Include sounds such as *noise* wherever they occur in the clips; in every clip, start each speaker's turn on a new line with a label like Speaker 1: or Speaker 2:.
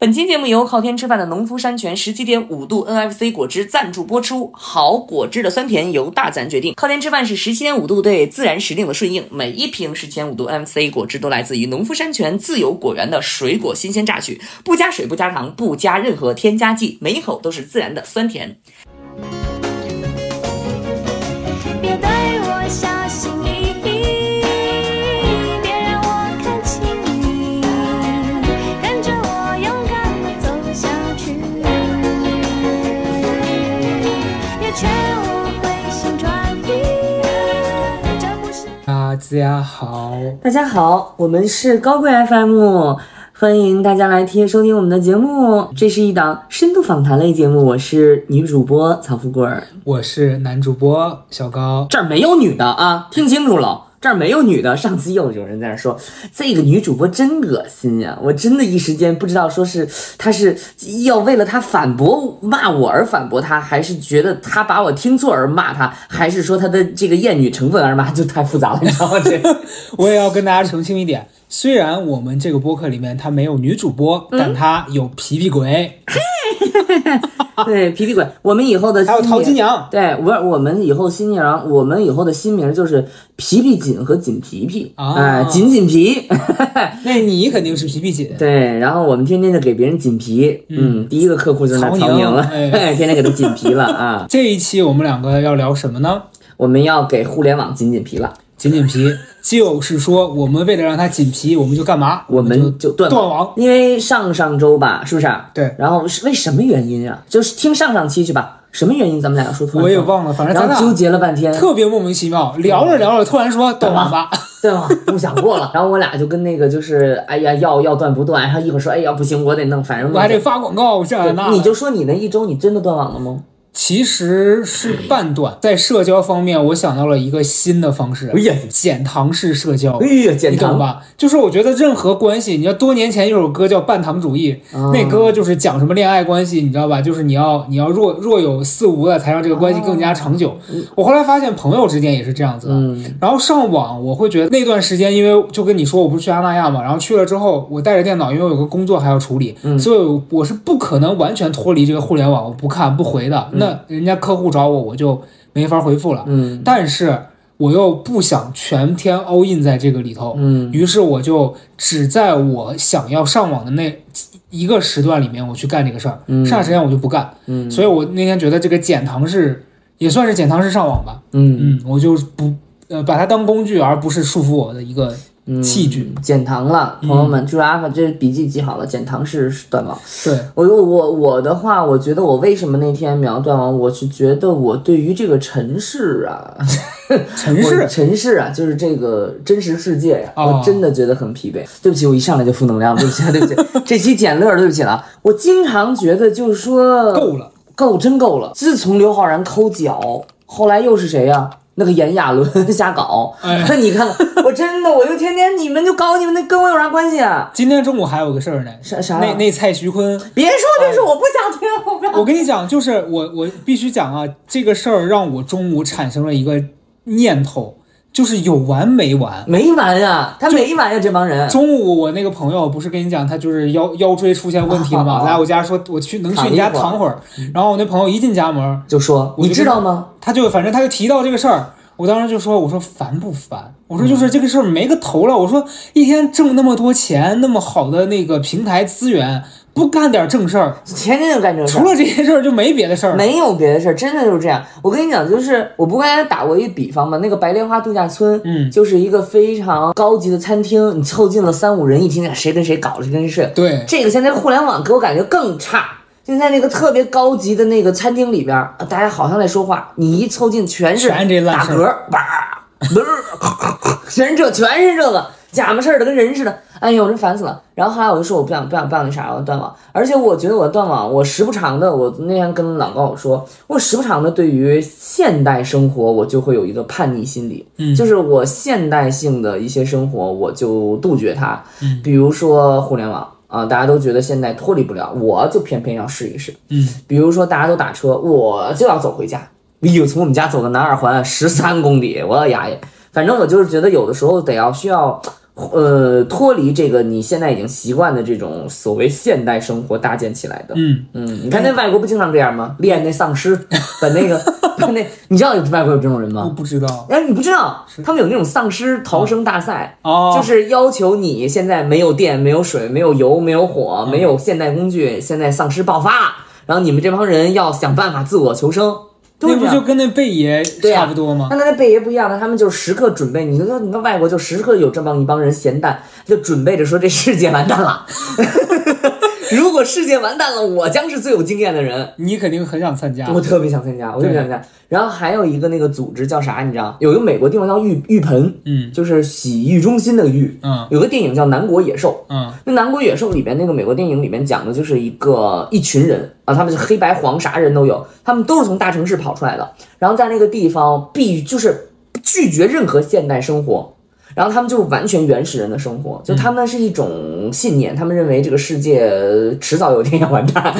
Speaker 1: 本期节目由靠天吃饭的农夫山泉十七点五度 NFC 果汁赞助播出。好果汁的酸甜由大自然决定，靠天吃饭是十七点五度对自然时令的顺应。每一瓶十七点五度 NFC 果汁都来自于农夫山泉自有果园的水果新鲜榨取，不加水、不加糖、不加任何添加剂，每一口都是自然的酸甜。
Speaker 2: 别对我小心翼翼，别让我看清你，跟着我勇敢地走下去，也绝无回心转意。这不是。
Speaker 3: 大家好，
Speaker 1: 大家好，我们是高贵 FM，欢迎大家来听收听我们的节目。这是一档深度访谈类节目，我是女主播曹富贵儿。
Speaker 3: 我是男主播小高。
Speaker 1: 这儿没有女的啊，听清楚了，这儿没有女的。上次又有人在那说这个女主播真恶心呀、我真的一时间不知道说是她是要为了她反驳骂我而反驳她，还是觉得她把我听错而骂她，还是说她的这个厌女成分而骂，就太复杂了，你知道吗？这
Speaker 3: *laughs*
Speaker 1: 个
Speaker 3: 我也要跟大家澄清一点，虽然我们这个播客里面它没有女主播，但它有皮皮鬼，
Speaker 1: 对皮皮鬼，我们以后的
Speaker 3: 还有
Speaker 1: 新
Speaker 3: 淘
Speaker 1: 年
Speaker 3: 金娘。
Speaker 1: 对我，我们以后新娘，我们以后的新名就是皮皮锦和锦皮皮，
Speaker 3: 啊
Speaker 1: 哎锦锦皮。
Speaker 3: 那你肯定是皮皮姐。
Speaker 1: 对，然后我们天天就给别人锦皮，嗯，第一个客户就是那
Speaker 3: 曹
Speaker 1: 曹宁
Speaker 3: 宁
Speaker 1: 了，*laughs*
Speaker 3: 哎
Speaker 1: 天天给他锦皮了啊。
Speaker 3: 这一期我们两个要聊什么呢？
Speaker 1: 我们要给互联网锦锦皮了，
Speaker 3: 仅仅皮，就是说我们为了让它紧皮，我们就干嘛？
Speaker 1: 我
Speaker 3: 们
Speaker 1: 们就断
Speaker 3: 断
Speaker 1: 网，
Speaker 3: 网。
Speaker 1: 因为上上周吧，是不是啊？
Speaker 3: 对，
Speaker 1: 然后是为什么原因啊？就是听上上期去吧，什么原因？咱们俩说突然
Speaker 3: 我也
Speaker 1: 断
Speaker 3: 忘了，反正咱
Speaker 1: 然后纠
Speaker 3: 俩
Speaker 1: 结了半天，
Speaker 3: 特别莫名其妙，聊着聊着突然说断网吧。
Speaker 1: 对吧？不想过了。 *laughs* 然后我俩就跟那个就是，哎呀，要要断不断，然后一会儿说，哎呀，不行，我得弄，反正
Speaker 3: 我还得发广告，这
Speaker 1: 对
Speaker 3: 那。
Speaker 1: 你就说你那一周你真的断网了吗？
Speaker 3: 其实是
Speaker 1: 哎
Speaker 3: 半短，在社交方面，我想到了一个新的方式
Speaker 1: 哎呀，
Speaker 3: 减糖式社交
Speaker 1: 哎。呀，减
Speaker 3: 哦你懂
Speaker 1: 糖，
Speaker 3: 吧？就是我觉得任何关系，你要多年前有首歌叫《半糖主义》，
Speaker 1: 啊
Speaker 3: 那歌就是讲什么恋爱关系，你知道吧？就是你要你要若若有似无的，才让这个关系更
Speaker 1: 啊
Speaker 3: 加长久。我后来发现朋友之间也是这样子的。
Speaker 1: 嗯，
Speaker 3: 然后上网，我会觉得那段时间，因为就跟你说，我不是去阿那亚嘛，然后去了之后，我带着电脑，因为我有个工作还要处理，
Speaker 1: 嗯
Speaker 3: 所以我是不可能完全脱离这个互联网，我不看不回的。那人家客户找我，我就没法回复了。
Speaker 1: 嗯
Speaker 3: 但是我又不想全天 all in 在这个里头，
Speaker 1: 嗯
Speaker 3: 于是我就只在我想要上网的那一个时段里面，我去干这个事儿，
Speaker 1: 嗯
Speaker 3: 剩下时间我就不干。
Speaker 1: 嗯
Speaker 3: 所以我那天觉得这个减糖式也算是减糖式上网吧，
Speaker 1: 嗯
Speaker 3: 嗯，我就不呃把它当工具，而不是束缚我的一个
Speaker 1: 嗯，
Speaker 3: 器具。
Speaker 1: 减糖了，
Speaker 3: 嗯
Speaker 1: 朋友们，注意阿法，这笔记记好了，减糖是断网。
Speaker 3: 对，
Speaker 1: 我我我我的话，我觉得我为什么那天秒断网，我是觉得我对于这个尘世
Speaker 3: *laughs*
Speaker 1: 啊，
Speaker 3: 城
Speaker 1: 我
Speaker 3: 市
Speaker 1: 尘世啊，就是这个真实世界呀、
Speaker 3: 哦
Speaker 1: 我真的觉得很疲惫。对不起，我一上来就负能量，对不起，对不起，这期捡乐儿，对不起了啊。我经常觉得就是说
Speaker 3: *laughs* 够了。
Speaker 1: 够真够了。自从刘昊然抠脚，后来又是谁呀、那个炎亚纶 *laughs* 瞎搞，
Speaker 3: 哎
Speaker 1: 那你看看，我真的我就天天你们就搞你们，那跟我有啥关系啊？
Speaker 3: 今天中午还有个事儿呢，
Speaker 1: 啥啥
Speaker 3: 那那蔡徐坤，
Speaker 1: 别说别说，我不想听，我不想
Speaker 3: 我跟你讲，就是我我必须讲啊，这个事儿让我中午产生了一个念头，就是有完没完。
Speaker 1: 没完呀，他没完呀，这帮人。
Speaker 3: 中午我那个朋友不是跟你讲，他就是腰腰椎出现问题了
Speaker 1: 啊啊
Speaker 3: 嘛，
Speaker 1: 啊
Speaker 3: 来我家说我去能去
Speaker 1: 躺
Speaker 3: 你
Speaker 1: 一
Speaker 3: 家
Speaker 1: 会儿嗯
Speaker 3: 躺会儿，然后我那朋友一进家门，
Speaker 1: 就说
Speaker 3: 我就
Speaker 1: 你知道吗？
Speaker 3: 他就反正他就提到这个事儿，我当时就说我说烦不烦？我说就是这个事儿没个头了，我说一天挣那么多钱，那么好的那个平台资源，不干点正事儿，
Speaker 1: 天天就干这个事
Speaker 3: 除
Speaker 1: 儿，
Speaker 3: 了这些事儿就没别的事儿了。
Speaker 1: 没有别的事儿，真的就是这样。我跟你讲，就是我不刚才打过一比方吗？那个白莲花度假村，
Speaker 3: 嗯
Speaker 1: 就是一个非常高级的餐厅，你凑近了三五人，一听见谁跟谁搞了，谁跟谁睡，
Speaker 3: 对，
Speaker 1: 这个现在互联网给我感觉更差。现在那个特别高级的那个餐厅里边儿，啊大家好像在说话，你一凑近全是
Speaker 3: 全是这烂
Speaker 1: 打
Speaker 3: 事儿
Speaker 1: 嗝，叭，嘚儿全是这，全是这个假模事儿的，跟人似的。哎呦，我真烦死了。然后后来我就说，我不想，不想，不想那啥，我断网。而且我觉得我断网，我时不常的，我那天跟老高我说，我时不常的对于现代生活，我就会有一个叛逆心理，
Speaker 3: 嗯
Speaker 1: 就是我现代性的一些生活，我就杜绝它。
Speaker 3: 嗯
Speaker 1: 比如说互联网啊、大家都觉得现在脱离不了，我就偏偏要试一试。
Speaker 3: 嗯，
Speaker 1: 比如说大家都打车，我就要走回家。哎呦，从我们家走到南二环十三公里，我的牙耶！反正我就是觉得有的时候得要需要呃脱离这个你现在已经习惯的这种所谓现代生活搭建起来的。
Speaker 3: 嗯，
Speaker 1: 嗯，你看那外国不经常这样吗？练那丧尸，把那个 *laughs* 把那，你知道有外国有这种人
Speaker 3: 我
Speaker 1: 吗？
Speaker 3: 不知道
Speaker 1: 哎，你不知道，他们有那种丧尸逃生大赛。
Speaker 3: 哦，
Speaker 1: 就是要求你现在没有电、没有水、没有油、没有火、没有现代工具，现在丧尸爆发了，然后你们这帮人要想办法自我求生，都
Speaker 3: 那
Speaker 1: 是这
Speaker 3: 不就
Speaker 1: 样。
Speaker 3: 跟那贝爷
Speaker 1: 对啊
Speaker 3: 差不多吗？
Speaker 1: 那那那贝爷不一样了，他们就时刻准备。你说，你看外国就时刻有这帮一帮人闲蛋，就准备着说这世界完蛋 *laughs* 了。如果世界完蛋了，我将是最有经验的人。
Speaker 3: 你肯定很想参加。
Speaker 1: 我特别想参加，我特别想参加。然后还有一个那个组织叫啥，你知道？有一个美国地方叫浴浴盆，
Speaker 3: 嗯
Speaker 1: 就是洗浴中心那个浴。
Speaker 3: 嗯
Speaker 1: 有个电影叫《南国野兽》，
Speaker 3: 嗯
Speaker 1: 那《南国野兽》里边那个美国电影里面讲的就是一个一群人啊，他们是黑白黄啥人都有，他们都是从大城市跑出来的，然后在那个地方必就是拒绝任何现代生活。然后他们就是完全原始人的生活，就他们是一种信念，他们认为这个世界迟早有一天要完蛋，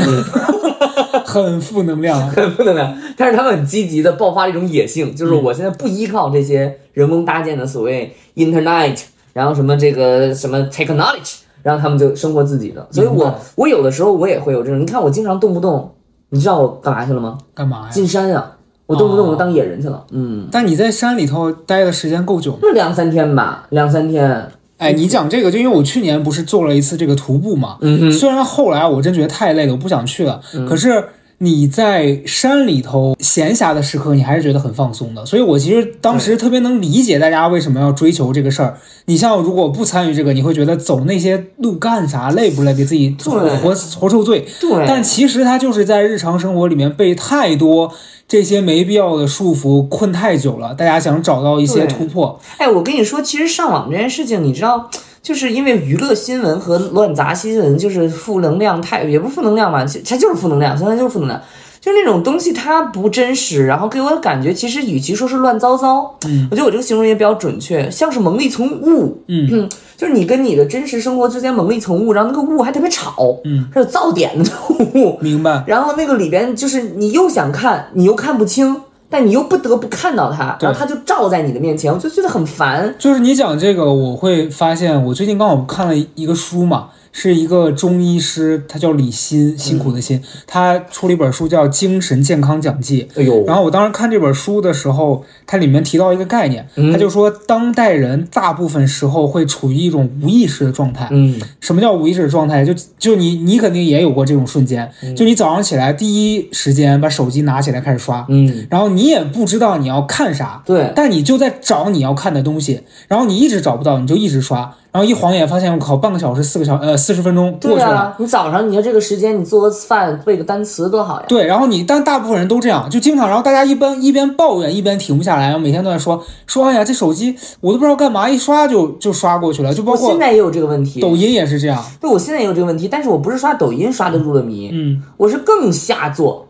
Speaker 3: 很负能量
Speaker 1: *laughs*
Speaker 3: 啊。
Speaker 1: 很负能量。但是他们很积极的爆发了一种野性，就是
Speaker 3: 嗯
Speaker 1: 我现在不依靠这些人工搭建的所谓 internet，然后什么这个什么 technology，然后他们就生活自己的。所以
Speaker 3: 明
Speaker 1: 我
Speaker 3: 白
Speaker 1: 我有的时候我也会有这种，你看我经常动不动，你知道我干嘛去了吗？
Speaker 3: 干嘛呀？
Speaker 1: 进山啊，我动不动
Speaker 3: 哦
Speaker 1: 我当野人去了，嗯，
Speaker 3: 但你在山里头待的时间够久吗？
Speaker 1: 就两三天吧，两三天。
Speaker 3: 哎，你讲这个，就因为我去年不是做了一次这个徒步嘛，
Speaker 1: 嗯
Speaker 3: 虽然后来我真觉得太累了，我不想去了，可是。你在山里头闲暇的时刻，你还是觉得很放松的，所以我其实当时特别能理解大家为什么要追求这个事儿。你像如果不参与这个，你会觉得走那些路干啥，累不累，给自己活
Speaker 1: 对
Speaker 3: 活活受罪。
Speaker 1: 对，
Speaker 3: 但其实他就是在日常生活里面被太多这些没必要的束缚困太久了，大家想找到一些
Speaker 1: 对
Speaker 3: 突破。
Speaker 1: 哎，我跟你说，其实上网这件事情，你知道，就是因为娱乐新闻和乱杂新闻，就是负能量太，也不是负能量吧，其它就是负能量，现在就是负能量。就那种东西，它不真实，然后给我的感觉，其实与其说是乱糟糟，嗯，我觉得我这个形容也比较准确，像是蒙昧从物，
Speaker 3: 嗯
Speaker 1: 就是你跟你的真实生活之间蒙昧从物，然后那个物还特别吵，
Speaker 3: 嗯，
Speaker 1: 还有噪点的那种物，
Speaker 3: 明白。
Speaker 1: 然后那个里边就是你又想看，你又看不清，但你又不得不看到它，
Speaker 3: 对
Speaker 1: 然后它就照在你的面前，我就觉得很烦。
Speaker 3: 就是你讲这个，我会发现，我最近刚好看了一个书嘛，是一个中医师，他叫李欣，辛苦的辛，他出了一本书叫《精神健康讲记》。
Speaker 1: 哎呦
Speaker 3: 然后我当时看这本书的时候，它里面提到一个概念，
Speaker 1: 嗯
Speaker 3: 他就说当代人大部分时候会处于一种无意识的状态。
Speaker 1: 嗯，
Speaker 3: 什么叫无意识的状态？就就你你肯定也有过这种瞬间，
Speaker 1: 嗯
Speaker 3: 就你早上起来第一时间把手机拿起来开始刷，
Speaker 1: 嗯，
Speaker 3: 然后你也不知道你要看啥，
Speaker 1: 对
Speaker 3: 但你就在找你要看的东西，然后你一直找不到，你就一直刷，然后一晃眼发现我靠，半个小时、四个小呃四十分钟过
Speaker 1: 对
Speaker 3: 去了。
Speaker 1: 啊，你早上你说这个时间你做个饭背个单词多好呀。
Speaker 3: 对，然后你，但大部分人都这样，就经常，然后大家一边一边抱怨，一边停不下来，然后每天都在说说，哎呀，这手机我都不知道干嘛，一刷就就刷过去了，就包
Speaker 1: 我现
Speaker 3: 括
Speaker 1: 在也有这个问题，
Speaker 3: 抖音也是这样，
Speaker 1: 对，我现在也有这个问题，但是我不是刷抖音刷的入了迷，
Speaker 3: 嗯，
Speaker 1: 我是更下
Speaker 3: *laughs*
Speaker 1: 作，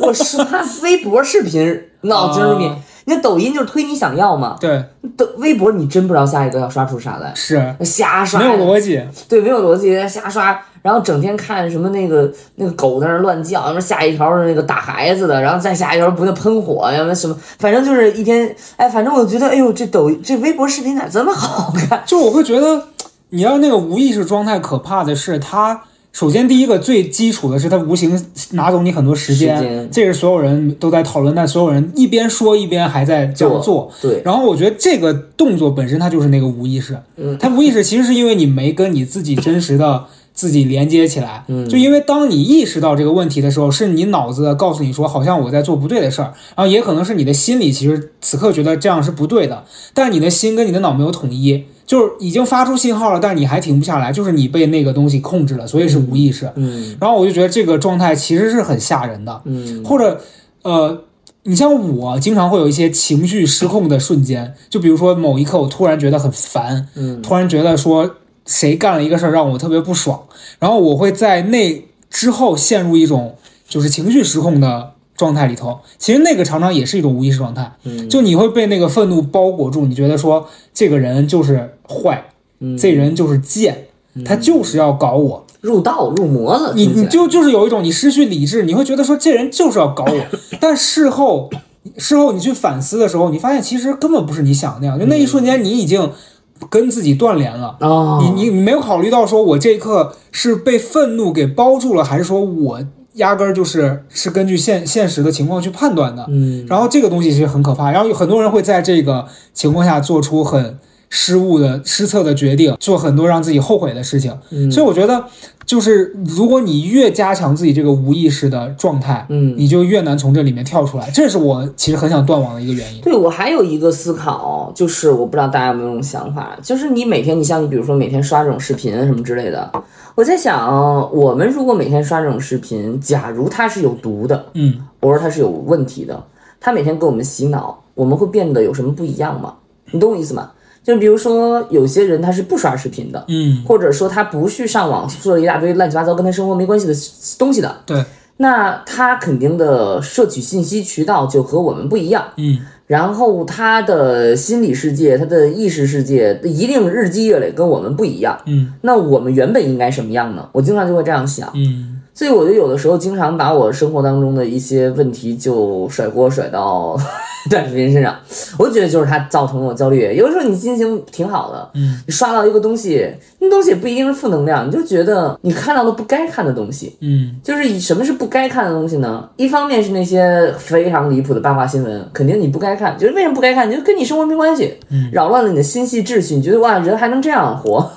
Speaker 1: 我刷微博视频脑筋入迷
Speaker 3: 啊。
Speaker 1: 那抖音就是推你想要嘛，
Speaker 3: 对，
Speaker 1: 抖微博你真不知道下一个要刷出啥来，
Speaker 3: 是
Speaker 1: 瞎刷
Speaker 3: 没有逻辑，
Speaker 1: 对，没有逻辑，瞎刷，然后整天看什么那个那个狗在那儿乱叫，要么下一条是那个打孩子的，然后再下一条不断喷火，要么什么，反正就是一天，哎，反正我觉得，哎呦，这抖这微博视频咋这么好看？
Speaker 3: *laughs* 就我会觉得，你要那个无意识状态，可怕的是它。首先，第一个最基础的是它无形拿走你很多时间，
Speaker 1: 时间
Speaker 3: 这是所有人都在讨论，但所有人一边说一边还在这样做。
Speaker 1: 对
Speaker 3: 然后我觉得这个动作本身它就是那个无意识，
Speaker 1: 嗯
Speaker 3: 它无意识其实是因为你没跟你自己真实的自己连接起来，就因为当你意识到这个问题的时候，是你脑子告诉你说好像我在做不对的事儿，然后也可能是你的心里其实此刻觉得这样是不对的，但你的心跟你的脑没有统一。就是已经发出信号了，但你还停不下来，就是你被那个东西控制了，所以是无意识。
Speaker 1: 嗯
Speaker 3: 然后我就觉得这个状态其实是很吓人的，
Speaker 1: 嗯，
Speaker 3: 或者呃，你像我经常会有一些情绪失控的瞬间，就比如说某一刻我突然觉得很烦，
Speaker 1: 嗯
Speaker 3: 突然觉得说谁干了一个事儿让我特别不爽，然后我会在那之后陷入一种就是情绪失控的。状态里头，其实那个常常也是一种无意识状态，
Speaker 1: 嗯
Speaker 3: 就你会被那个愤怒包裹住，你觉得说这个人就是坏，
Speaker 1: 嗯
Speaker 3: 这人就是贱，他就是要搞我，
Speaker 1: 入道入魔了，啊
Speaker 3: 你
Speaker 1: 听起
Speaker 3: 你
Speaker 1: 来
Speaker 3: 就就是有一种你失去理智，你会觉得说这人就是要搞我，
Speaker 1: *laughs*
Speaker 3: 但事后
Speaker 1: 嗯
Speaker 3: 事后你去反思的时候，你发现其实根本不是你想的那样，就那一瞬间你已经跟自己断联了。
Speaker 1: 哦，
Speaker 3: 你你你没有考虑到说我这一刻是被愤怒给包住了，还是说我压根儿就是是根据现现实的情况去判断的？
Speaker 1: 嗯，
Speaker 3: 然后这个东西其实很可怕，然后有很多人会在这个情况下做出很失误的、失策的决定，做很多让自己后悔的事情。
Speaker 1: 嗯
Speaker 3: 所以我觉得，就是如果你越加强自己这个无意识的状态，
Speaker 1: 嗯
Speaker 3: 你就越难从这里面跳出来。这是我其实很想断网的一个原因。
Speaker 1: 对我还有一个思考，就是我不知道大家有没有这种想法，就是你每天，你像你比如说每天刷这种视频什么之类的，我在想，我们如果每天刷这种视频，假如它是有毒的，
Speaker 3: 嗯，
Speaker 1: 偶尔它是有问题的，它每天给我们洗脑，我们会变得有什么不一样吗？你懂我意思吗？就比如说有些人他是不刷视频的，
Speaker 3: 嗯，
Speaker 1: 或者说他不去上网做了一大堆乱七八糟跟他生活没关系的东西的，
Speaker 3: 对，
Speaker 1: 那他肯定的摄取信息渠道就和我们不一样。
Speaker 3: 嗯，
Speaker 1: 然后他的心理世界、他的意识世界一定日积月累跟我们不一样。
Speaker 3: 嗯，
Speaker 1: 那我们原本应该什么样呢？我经常就会这样想，
Speaker 3: 嗯，
Speaker 1: 所以我就有的时候经常把我生活当中的一些问题就甩锅甩到 *laughs* 短视频身上。我觉得就是它造成了我焦虑。有的时候你心情挺好的，
Speaker 3: 嗯，
Speaker 1: 你刷到一个东西，那东西也不一定是负能量，你就觉得你看到了不该看的东西，
Speaker 3: 嗯，
Speaker 1: 就是以什么是不该看的东西呢？一方面是那些非常离谱的八卦新闻，肯定你不该看。就是为什么不该看？就是跟你生活没关系，扰乱了你的心系秩序。你觉得哇，人还能这样活，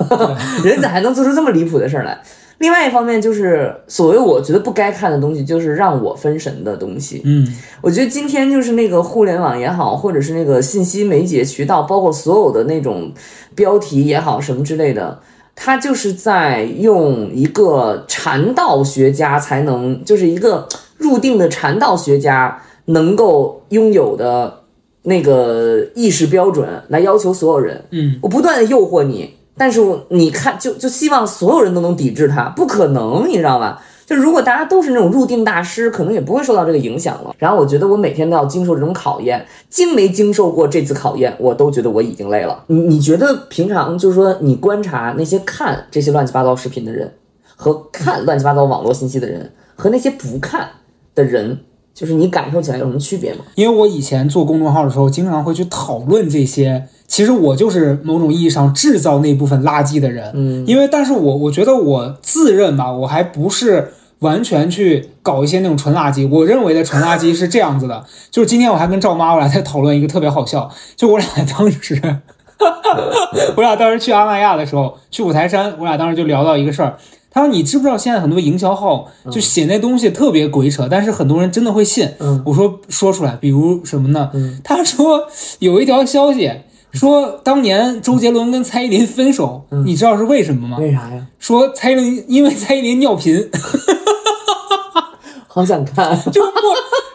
Speaker 1: 人咋还能做出这么离谱的事儿来？另外一方面就是所谓我觉得不该看的东西，就是让我分神的东西。
Speaker 3: 嗯，
Speaker 1: 我觉得今天就是那个互联网也好，或者是那个信息媒介渠道，包括所有的那种标题也好，什么之类的，它就是在用一个禅道学家才能，就是一个入定的禅道学家能够拥有的那个意识标准来要求所有人。
Speaker 3: 嗯，
Speaker 1: 我不断的诱惑你，但是我你看就就希望所有人都能抵制它，不可能，你知道吧？就如果大家都是那种入定大师，可能也不会受到这个影响了。然后我觉得我每天都要经受这种考验，经没经受过这次考验，我都觉得我已经累了。你你觉得平常就是说你观察那些看这些乱七八糟视频的人，和看乱七八糟网络信息的人，和那些不看的人，就是你感受起来有什么区别吗？
Speaker 3: 因为我以前做公众号的时候，经常会去讨论这些。其实我就是某种意义上制造那部分垃圾的人，嗯，因为但是我我觉得我自认吧，我还不是完全去搞一些那种纯垃圾。我认为的纯垃圾是这样子的，就是今天我还跟赵妈我俩在讨论一个特别好笑，就我俩当时， *laughs* 我俩当时去阿那亚的时候，去五台山，我俩当时就聊到一个事儿。他说：“你知不知道现在很多营销号就写那东西特别鬼扯，但是很多人真的会信。
Speaker 1: 嗯
Speaker 3: 我说说出来，比如什么呢？
Speaker 1: 嗯
Speaker 3: 他说有一条消息说，当年周杰伦跟蔡依林分手，
Speaker 1: 嗯
Speaker 3: 你知道是为什么吗？
Speaker 1: 为啥呀？
Speaker 3: 说蔡依林因为蔡依林尿频，
Speaker 1: 好想看，
Speaker 3: 就我， *laughs*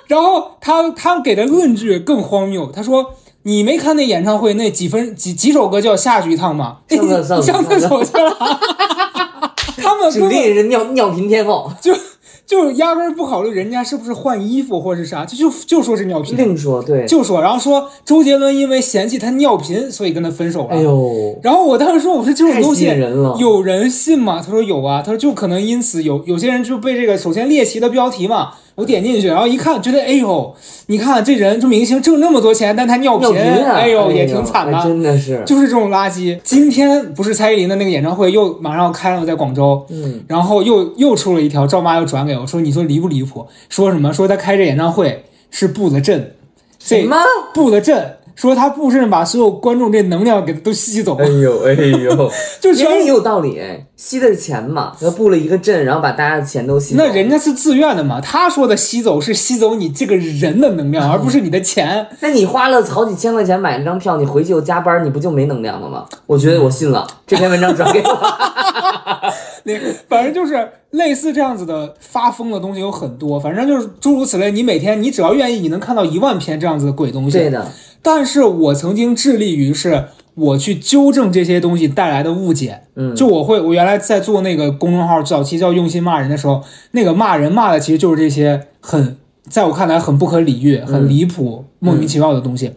Speaker 3: 然后他他给的论据更荒谬，他说。你没看那演唱会那几分几几首歌叫下去一趟吗？
Speaker 1: 上厕所
Speaker 3: 你上厕所去
Speaker 1: *laughs*
Speaker 3: 了，他们
Speaker 1: 指
Speaker 3: 根本
Speaker 1: 定是尿尿频天后。
Speaker 3: 就就是压根儿不考虑人家是不是换衣服或是啥，就就就说是尿频，
Speaker 1: 另说， *laughs* 对，
Speaker 3: 就说，然后说周杰伦因为嫌弃他尿频，所以跟他分手了。
Speaker 1: 哎呦，
Speaker 3: 然后我当时说，我说这种东西
Speaker 1: 太吸引人了
Speaker 3: 有人信吗？他说有啊，他说就可能因此有有些人就被这个首先猎奇的标题嘛，我点进去，然后一看觉得哎呦，你看这人这明星挣那么多钱，但他尿频，
Speaker 1: 尿频啊！
Speaker 3: 哎呦也挺惨的。
Speaker 1: 哎真的是。
Speaker 3: 就是这种垃圾。今天不是蔡依林的那个演唱会又马上要开了，在广州，
Speaker 1: 嗯，
Speaker 3: 然后又又出了一条，赵妈又转给我说，你说离不离谱？说什么？说他开这演唱会是布了阵，这
Speaker 1: 什么？
Speaker 3: 布了阵，说他布阵把所有观众这能量给都吸走，
Speaker 1: *laughs* 呦哎呦，
Speaker 3: 就
Speaker 1: 人家也
Speaker 3: 全。
Speaker 1: 有道理，哎吸的是钱嘛，他布了一个阵，然后把大家的钱都吸走。
Speaker 3: 那人家是自愿的嘛？他说的吸走是吸走你这个人的能 *laughs* 量，而不是你的钱。
Speaker 1: 那你花了好几千块钱买那张票，你回去又加班，你不就没能量了吗？我觉得我信 *laughs* 了，这篇文章转给 *laughs* 我。
Speaker 3: 那反正就是类似这样子的发疯的东西有很多，反正就是诸如此类。你每天你只要愿意，你能看到一万篇这样子的鬼东西。
Speaker 1: 对的，
Speaker 3: 但是我曾经致力于是我去纠正这些东西带来的误解。
Speaker 1: 嗯
Speaker 3: 就我会，我原来在做那个公众号，早期叫用心骂人的时候，那个骂人骂的其实就是这些很，在我看来很不可理喻、
Speaker 1: 嗯
Speaker 3: 很离谱、莫名其妙的东西。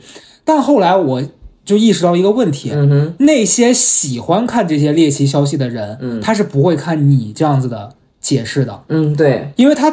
Speaker 3: 但后来我就意识到一个问题。
Speaker 1: 嗯哼，
Speaker 3: 那些喜欢看这些猎奇消息的人，
Speaker 1: 嗯
Speaker 3: 他是不会看你这样子的解释的，
Speaker 1: 嗯，对，
Speaker 3: 因为他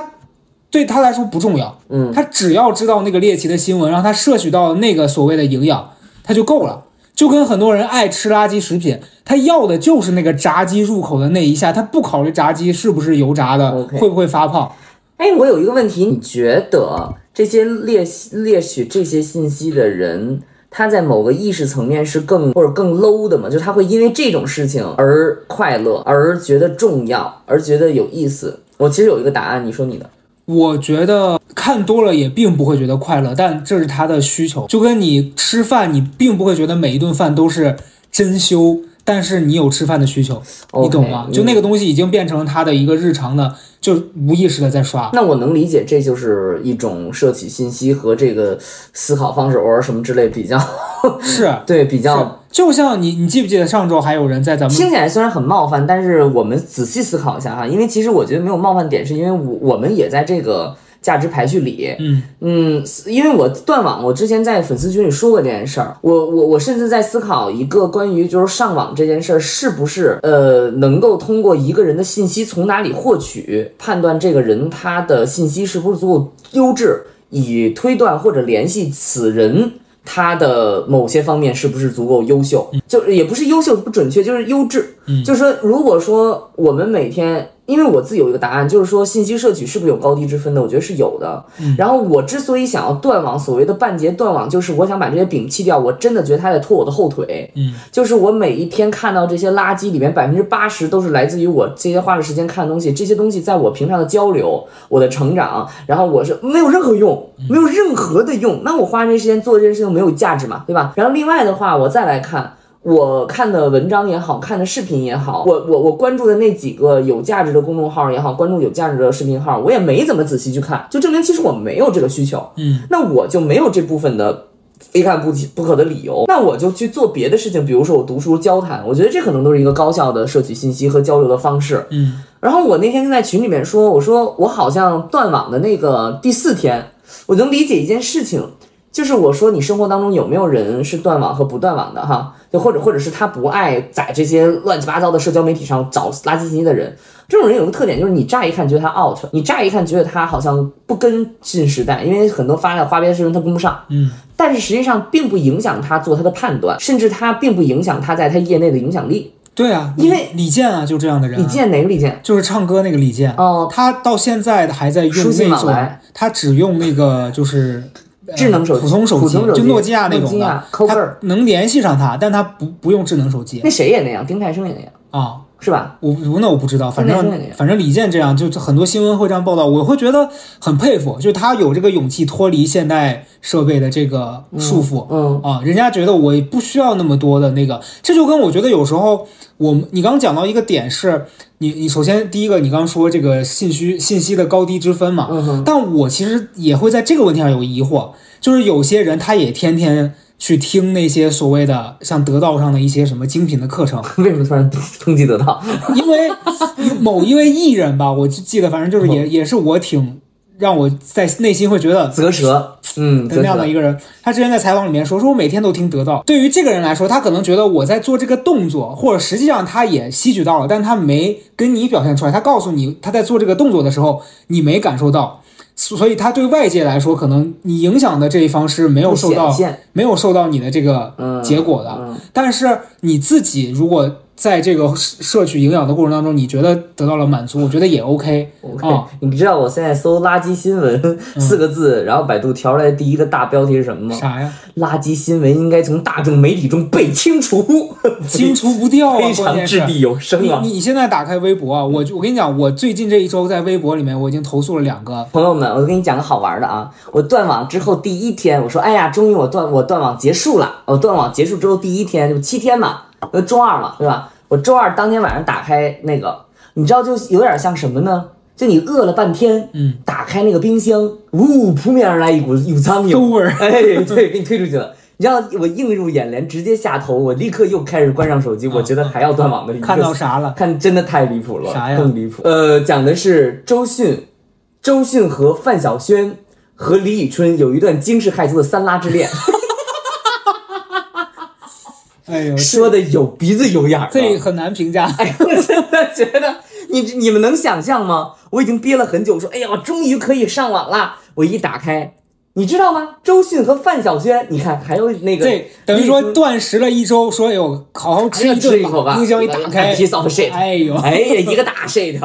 Speaker 3: 对他来说不重要，
Speaker 1: 嗯，
Speaker 3: 他只要知道那个猎奇的新闻，让他摄取到那个所谓的营养，他就够了。就跟很多人爱吃垃圾食品，他要的就是那个炸鸡入口的那一下，他不考虑炸鸡是不是油炸的
Speaker 1: OK
Speaker 3: 会不会发胖。
Speaker 1: 哎，我有一个问题，你觉得这些猎猎取这些信息的人，他在某个意识层面是更或者更 low 的吗？就他会因为这种事情而快乐，而觉得重要，而觉得有意思。我其实有一个答案，你说你的。
Speaker 3: 我觉得看多了也并不会觉得快乐，但这是他的需求，就跟你吃饭，你并不会觉得每一顿饭都是珍馐，但是你有吃饭的需求，你懂吗
Speaker 1: OK，
Speaker 3: 就那
Speaker 1: 嗯
Speaker 3: 个东西已经变成他的一个日常的，就无意识的在刷。
Speaker 1: 那我能理解，这就是一种摄取信息和这个思考方式，偶尔什么之类比较，嗯
Speaker 3: 是，
Speaker 1: 对比
Speaker 3: 是
Speaker 1: 较。
Speaker 3: 就像你，你记不记得上周还有人在咱
Speaker 1: 听
Speaker 3: 们
Speaker 1: 起来虽然很冒犯，但是我们仔细思考一下哈，因为其实我觉得没有冒犯点，是因为我我们也在这个价值排序里，
Speaker 3: 嗯
Speaker 1: 嗯，因为我断网，我之前在粉丝群里说过这件事儿，我我我甚至在思考一个关于就是上网这件事儿是不是呃能够通过一个人的信息从哪里获取判断这个人他的信息是不是足够优质，以推断或者联系此人。他的某些方面是不是足够优秀？就是也不是优秀不准确，就是优质。就是说，如果说我们每天，因为我自己有一个答案，就是说信息摄取是不是有高低之分的？我觉得是有的。然后我之所以想要断网，所谓的半截断网，就是我想把这些摒弃掉。我真的觉得他在拖我的后腿。
Speaker 3: 嗯，
Speaker 1: 就是我每一天看到这些垃圾里面百分之八十都是来自于我这些花了时间看的东西，这些东西在我平常的交流、我的成长，然后我是没有任何用，没有任何的用。那我花这些时间做这件事情没有价值嘛，对吧？然后另外的话，我再来看。我看的文章也好看的视频也好，我我我关注的那几个有价值的公众号也好，关注有价值的视频号，我也没怎么仔细去看，就证明其实我没有这个需求。
Speaker 3: 嗯，
Speaker 1: 那我就没有这部分的非看不不可的理由，那我就去做别的事情，比如说我读书、交谈，我觉得这可能都是一个高效的摄取信息和交流的方式。
Speaker 3: 嗯，
Speaker 1: 然后我那天就在群里面说，我说我好像断网的那个第四天，我能理解一件事情，就是我说你生活当中有没有人是断网和不断网的哈，就或者或者是他不爱在这些乱七八糟的社交媒体上找垃圾信息的人，这种人有个特点就是你乍一看觉得他 out，你乍一看觉得他好像不跟进时代，因为很多发的花边的事情他跟不上，
Speaker 3: 嗯，
Speaker 1: 但是实际上并不影响他做他的判断，甚至他并不影响他在他业内的影响力。
Speaker 3: 对啊，
Speaker 1: 因为
Speaker 3: 李李健啊，就这样的人、啊，
Speaker 1: 李健哪个李健？
Speaker 3: 就是唱歌那个李健，
Speaker 1: 哦
Speaker 3: 他到现在还在用
Speaker 1: 书信
Speaker 3: 那
Speaker 1: 往
Speaker 3: 种
Speaker 1: 来，
Speaker 3: 他只用那个就是。呃
Speaker 1: 智能手机
Speaker 3: 普通手
Speaker 1: 普通手机
Speaker 3: 就诺基亚那
Speaker 1: 诺
Speaker 3: 种
Speaker 1: 基
Speaker 3: 的
Speaker 1: 亚，扣个
Speaker 3: 他
Speaker 1: 儿
Speaker 3: 能联系上他，但他不不用智能手机
Speaker 1: 那谁也那样，丁太升也那样，
Speaker 3: 啊。
Speaker 1: 是吧？
Speaker 3: 我我那我不知道，反
Speaker 1: 现在是那
Speaker 3: 正
Speaker 1: 样
Speaker 3: 反正李健这样，就就很多新闻会这样报道，我会觉得很佩服，就他有这个勇气脱离现代设备的这个束缚，
Speaker 1: 嗯，
Speaker 3: 啊，人家觉得我不需要那么多的那个，这就跟我觉得有时候我们你刚讲到一个点是，你你首先第一个你刚说这个信息信息的高低之分嘛，
Speaker 1: 嗯 *laughs* 哼
Speaker 3: 但我其实也会在这个问题上有疑惑，就是有些人他也天天去听那些所谓的像得道上的一些什么精品的课程，
Speaker 1: 为什么突然 *laughs* 冲击得到？
Speaker 3: 因为某一位艺人吧，我记得反正就是也也是我挺让我在内心会觉得
Speaker 1: 啧舌，嗯，
Speaker 3: 的
Speaker 1: 啧
Speaker 3: 那样的
Speaker 1: 舌
Speaker 3: 一。个人，他之前在采访里面说，说我每天都听得到。对于这个人来说，他可能觉得我在做这个动作，或者实际上他也吸取到了，但他没跟你表现出来。他告诉你他在做这个动作的时候，你没感受到，所所以他对外界来说，可能你影响的这一方是没有受
Speaker 1: 不
Speaker 3: 到
Speaker 1: 显现
Speaker 3: 没有受到你的这个
Speaker 1: 嗯
Speaker 3: 结果的。
Speaker 1: 嗯
Speaker 3: 但是你自己如果在这个摄摄取营养的过程当中，你觉得得到了满足，我觉得也 OK 啊、
Speaker 1: ，OK，、你 *laughs* 知道我现在搜“垃圾新闻”四个字，然后百度调出来的第一个大标题是什么吗？
Speaker 3: 嗯啥呀？
Speaker 1: 垃圾新闻应该从大众媒体中被清除，
Speaker 3: 清除不掉啊，
Speaker 1: *laughs* 非
Speaker 3: 关
Speaker 1: 常
Speaker 3: 键是
Speaker 1: 掷地有声啊
Speaker 3: 你！你现在打开微博啊，我就我跟你讲，我最近这一周在微博里面，我已经投诉了两个。
Speaker 1: 朋友们，我跟你讲个好玩的啊！我断网之后第一天，我说：“哎呀，终于我断我断网结束了。”我断网结束之后第一天，就七天嘛，呃，周二嘛，对吧？我周二当天晚上打开那个，你知道，就有点像什么呢？就你饿了半天，
Speaker 3: 嗯，
Speaker 1: 打开那个冰箱，呜、扑面而来一股一股苍
Speaker 3: 都
Speaker 1: 蝇，
Speaker 3: 味儿
Speaker 1: *laughs* 哎，对，给你推出去了。你知道我映入眼帘，直接下头，我立刻又开始关上手机。我觉得还要断网的一个
Speaker 3: 嗯看到啥了？
Speaker 1: 啊看真的太离谱了，
Speaker 3: 啥呀
Speaker 1: 更离谱。呃，讲的是周迅，周迅和范晓萱和李宇春有一段惊世骇俗的三拉之
Speaker 3: *laughs*
Speaker 1: 恋，
Speaker 3: 哎呦，
Speaker 1: 说的有鼻子有眼儿啊。
Speaker 3: 这很难评价。
Speaker 1: 哎，我真的觉得你你们能想象吗？我已经憋了很久，说哎呀，我终于可以上网啦！我一打开，
Speaker 4: 你知道吗？周迅和范晓萱，你看还有那个
Speaker 3: 这等于说断食了一周，说有好好吃
Speaker 4: 还要
Speaker 3: 一
Speaker 1: 哎
Speaker 4: 吃一
Speaker 3: 顿
Speaker 4: 口
Speaker 3: 吧，
Speaker 4: 吧，
Speaker 3: 冰箱一打开
Speaker 4: p i，e of shit，
Speaker 3: 哎呦，
Speaker 4: 哎呀，一个大 shit，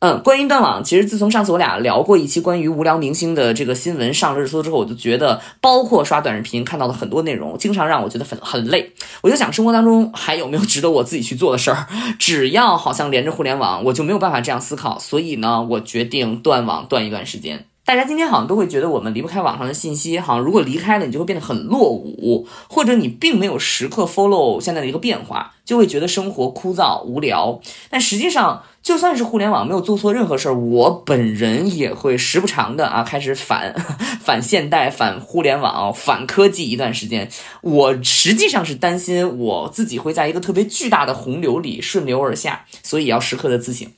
Speaker 1: 嗯，关于断网，其实自从上次我俩聊过一期关于无聊明星的这个新闻上热搜之后，我就觉得，包括刷短视频看到的很多内容，经常让我觉得很很累。我就想，生活当中还有没有值得我自己去做的事儿？只要好像连着互联网，我就没有办法这样思考。所以呢，我决定断网断一段时间。大家今天好像都会觉得我们离不开网上的信息，好像如果离开了，你就会变得很落伍，或者你并没有时刻 follow 现在的一个变化，就会觉得生活枯燥无聊。但实际上，就算是互联网没有做错任何事儿，我本人也会时不常的啊开始反 *laughs* 反现代、反互联网、反科技一段时间。我实际上是担心我自己会在一个特别巨大的洪流里顺流而下，所以要时刻的自省。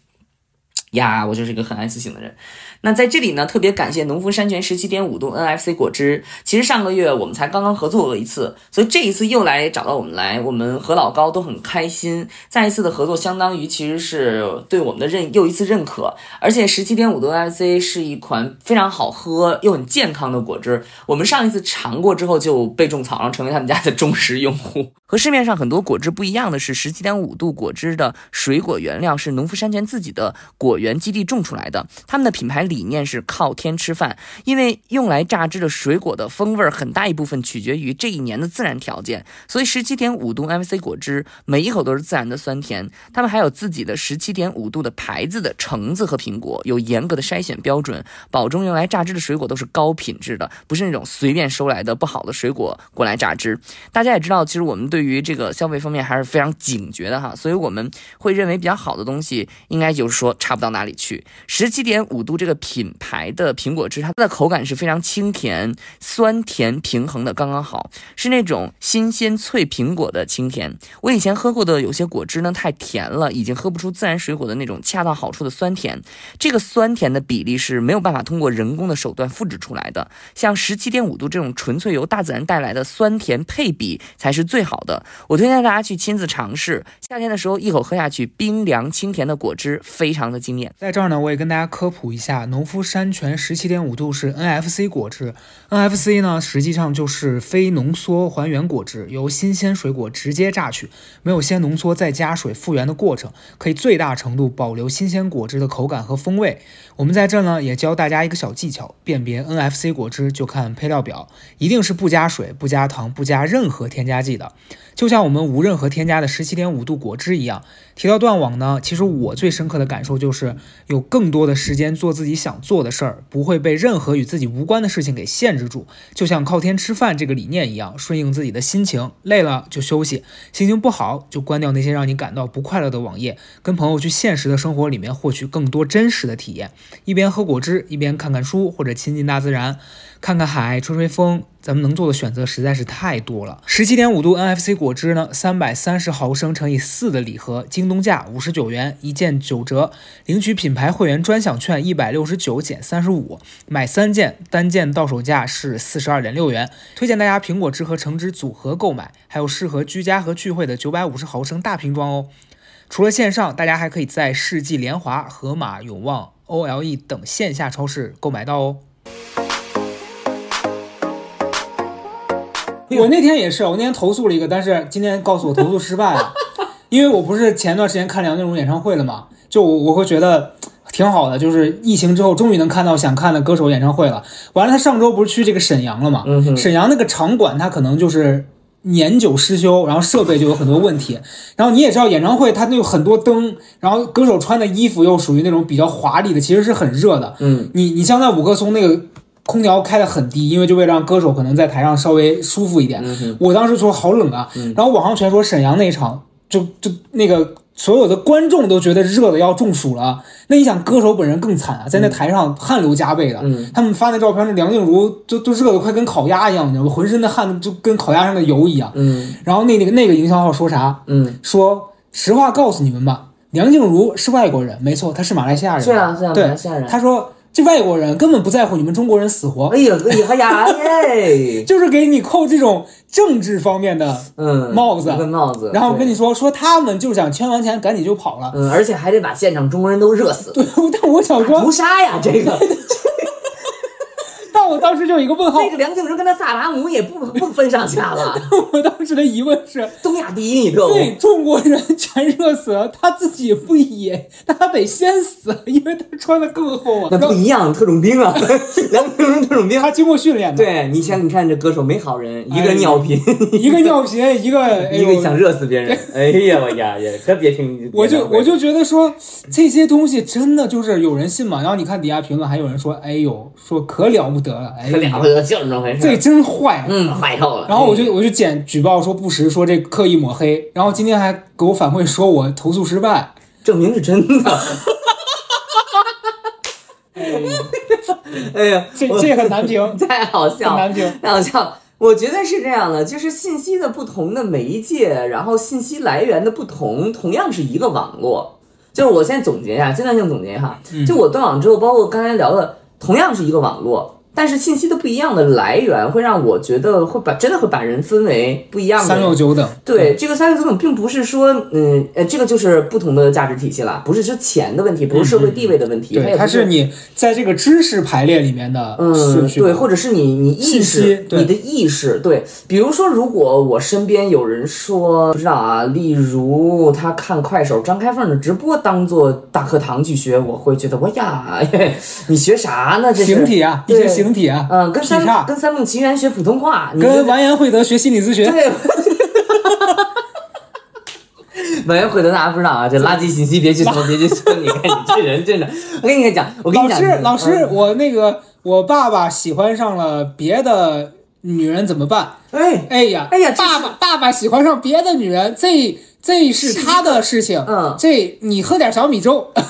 Speaker 1: 呀，我就是一个很爱自省的人。那在这里呢，特别感谢农夫山泉十七点五度 NFC 果汁。其实上个月我们才刚刚合作过一次，所以这一次又来找到我们来，我们和老高都很开心。再一次的合作，相当于其实是对我们的认又一次认可。而且十七点五度 NFC 是一款非常好喝又很健康的果汁。我们上一次尝过之后就被种草，然后成为他们家的忠实用户。和市面上很多果汁不一样的是，十七点五度果汁的水果原料是农夫山泉自己的果园基地种出来的，他们的品牌理念是靠天吃饭，因为用来榨汁的水果的风味儿很大一部分取决于这一年的自然条件，所以十七点五度 MC 果汁每一口都是自然的酸甜。他们还有自己的十七点五度的牌子的橙子和苹果，有严格的筛选标准，保证用来榨汁的水果都是高品质的，不是那种随便收来的不好的水果过来榨汁。大家也知道，其实我们对于这个消费方面还是非常警觉的哈，所以我们会认为比较好的东西，应该就是说差不到哪里去。十七点五度这个品牌的苹果汁，它的口感是非常清甜、酸甜平衡的，刚刚好，是那种新鲜脆苹果的清甜。我以前喝过的有些果汁呢，太甜了，已经喝不出自然水果的那种恰到好处的酸甜。这个酸甜的比例是没有办法通过人工的手段复制出来的。像十七点五度这种纯粹由大自然带来的酸甜配比才是最好的。我推荐大家去亲自尝试，夏天的时候一口喝下去，冰凉清甜的果汁非常的惊艳。
Speaker 3: 在这儿呢，我也跟大家科普一下，农夫山泉十七点五度是 NFC 果汁。NFC 呢，实际上就是非浓缩还原果汁，由新鲜水果直接榨取，没有先浓缩再加水复原的过程，可以最大程度保留新鲜果汁的口感和风味。我们在这儿呢，也教大家一个小技巧，辨别 NFC 果汁就看配料表，一定是不加水、不加糖、不加任何添加剂的。就像我们无任何添加的十七点五度果汁一样。提到断网呢，其实我最深刻的感受就是有更多的时间做自己想做的事儿，不会被任何与自己无关的事情给限制住。就像靠天吃饭这个理念一样，顺应自己的心情，累了就休息，心情不好就关掉那些让你感到不快乐的网页，跟朋友去现实的生活里面获取更多真实的体验。一边喝果汁，一边看看书，或者亲近大自然，看看海，吹吹风。咱们能做的选择实在是太多了。十七点五度 NFC 果汁呢，三百三十毫升乘以四的礼盒，京东价五十九元，一件九折，领取品牌会员专享券一百六十九减三十五，买三件单件到手价是四十二点六元。推荐大家苹果汁和橙汁组合购买，还有适合居家和聚会的九百五十毫升大瓶装哦。除了线上，大家还可以在世纪联华、盒马、永旺、OLE 等线下超市购买到哦。我那天也是，我那天投诉了一个，但是今天告诉我投诉失败了，因为我不是前段时间看梁静茹演唱会了嘛，就我我会觉得嗯挺好的，就是疫情之后终于能看到想看的歌手演唱会了。完了，他上周不是去这个沈阳了嘛，沈阳那个场馆它可能就是。年久失修，然后设备就有很多问题。然后你也知道，演唱会它那有很多灯，然后歌手穿的衣服又属于那种比较华丽的，其实是很热的。嗯，你你像在五棵松那个空调开的很低，因为就为了让歌手可能在台上稍微舒服一点。我当时说好冷啊，然后网上全说沈阳那一场就就那个所有的观众都觉得热的要中暑了。那你想，歌手本人更惨啊，在那台上汗流浃背的。他们发那照片，那梁静茹都都热的快跟烤鸭一样，你知道吗？浑身的汗就跟烤鸭上的油一样。
Speaker 4: 嗯
Speaker 3: 然后那那个那个营销号说啥？
Speaker 4: 嗯，
Speaker 3: 说实话告诉你们吧，梁静茹是外国人，没错，她是马来西亚人。
Speaker 4: 是啊是啊，马
Speaker 3: 对
Speaker 4: 来西亚人，
Speaker 3: 他说这外国人根本不在乎你们中国人死活
Speaker 1: 哎，呀，哎呀，哎哎呀，耶！
Speaker 3: 就是给你扣这种政治方面的，
Speaker 1: 嗯，
Speaker 3: *laughs* 帽子啊
Speaker 1: 一个帽子，
Speaker 3: 然后跟你
Speaker 1: 对，
Speaker 3: 说说他们就想圈完钱赶紧就跑了。
Speaker 1: 嗯，而且还得把现场中国人都热死，
Speaker 3: 对， *laughs* 但我想
Speaker 1: 屠
Speaker 3: 说，
Speaker 1: 杀呀，这个
Speaker 3: 但我当时就有一个问号
Speaker 1: 这，个梁静茹跟他萨达姆也不不分上下了，
Speaker 3: *laughs* 我当时的疑问是，
Speaker 1: 东亚第一，你知道吗？
Speaker 3: 对中国人全热死了，他自己不也，他得先死，因为他穿的更厚啊。
Speaker 1: 那
Speaker 3: 然
Speaker 1: 不
Speaker 3: 后
Speaker 1: 一样，特种兵啊， *laughs* 梁静茹特种兵。
Speaker 3: 他经过训练的，
Speaker 1: 对你想，你看这歌手没好人，一
Speaker 3: 哎
Speaker 1: 个尿频，
Speaker 3: 一个尿频，一个哎
Speaker 1: 一
Speaker 3: 呦
Speaker 1: 个想热死别人。哎呀，我呀呀，可别听。
Speaker 3: 我就
Speaker 1: 别
Speaker 3: 我就觉得说这些东西真的就是有人信吗？然后你看底下评论还有人说，哎呦，说可了不得了，哎
Speaker 1: 可
Speaker 3: 呦，
Speaker 1: 了不得，就是这么回事。
Speaker 3: 这真坏。
Speaker 1: 嗯，坏透了。
Speaker 3: 然后我就我就检举报说不实，说这刻意抹黑。然后今天还给我反馈说我投诉失败。
Speaker 1: 证明是真的。哎呀， *laughs*
Speaker 3: 这
Speaker 1: 我
Speaker 3: 这很难评，
Speaker 1: 太好笑了
Speaker 3: 很难，评。
Speaker 1: *laughs* 太好笑了。我觉得是这样的，就是信息的不同的媒介，然后信息来源的不同，同样是一个网络。就是我先总结一下，阶段性总结一下，
Speaker 3: 嗯
Speaker 1: 就我断网之后，包括刚才聊的，同样是一个网络，但是信息的不一样的来源，会让我觉得会把真的会把人分为不一样的
Speaker 3: 三六九等，
Speaker 1: 对，这个三六九等并不是说，嗯，呃，这个就是不同的价值体系了，不是说钱的问题，不是社会地位的问题，它
Speaker 3: 对，
Speaker 1: 也
Speaker 3: 它
Speaker 1: 不
Speaker 3: 是你在这个知识排列里面的顺
Speaker 1: 嗯，
Speaker 3: 序。
Speaker 1: 对，或者是你你意
Speaker 3: 信息
Speaker 1: 识，
Speaker 3: 对
Speaker 1: 你的意识，对，比如说，如果我身边有人说，不知道啊，例如他看快手张开凤的直播当做大课堂去学，我会觉得，哇呀，你学啥呢？这是
Speaker 3: 形体啊，一
Speaker 1: 对
Speaker 3: 些形体啊，
Speaker 1: 嗯，跟
Speaker 3: 劈
Speaker 1: 三
Speaker 3: 叉
Speaker 1: 跟三梦奇缘学普通话，你觉得
Speaker 3: 跟完颜慧德学心理咨询，
Speaker 1: 对。 *laughs* 满元回头大家不知道啊，这垃圾信息别
Speaker 3: *laughs*
Speaker 1: 去搜，别去搜。你看你这人真的，我跟你讲，我跟你
Speaker 3: 老
Speaker 1: 讲，
Speaker 3: 师，老师，
Speaker 1: 嗯，
Speaker 3: 我那个我爸爸喜欢上了别的女人怎么办？
Speaker 1: 哎，
Speaker 3: 哎呀，
Speaker 1: 哎呀这
Speaker 3: 爸
Speaker 1: 是
Speaker 3: 爸爸爸喜欢上别的女人，这这是他的事情。
Speaker 1: 嗯
Speaker 3: 这你喝点小米粥。 *laughs*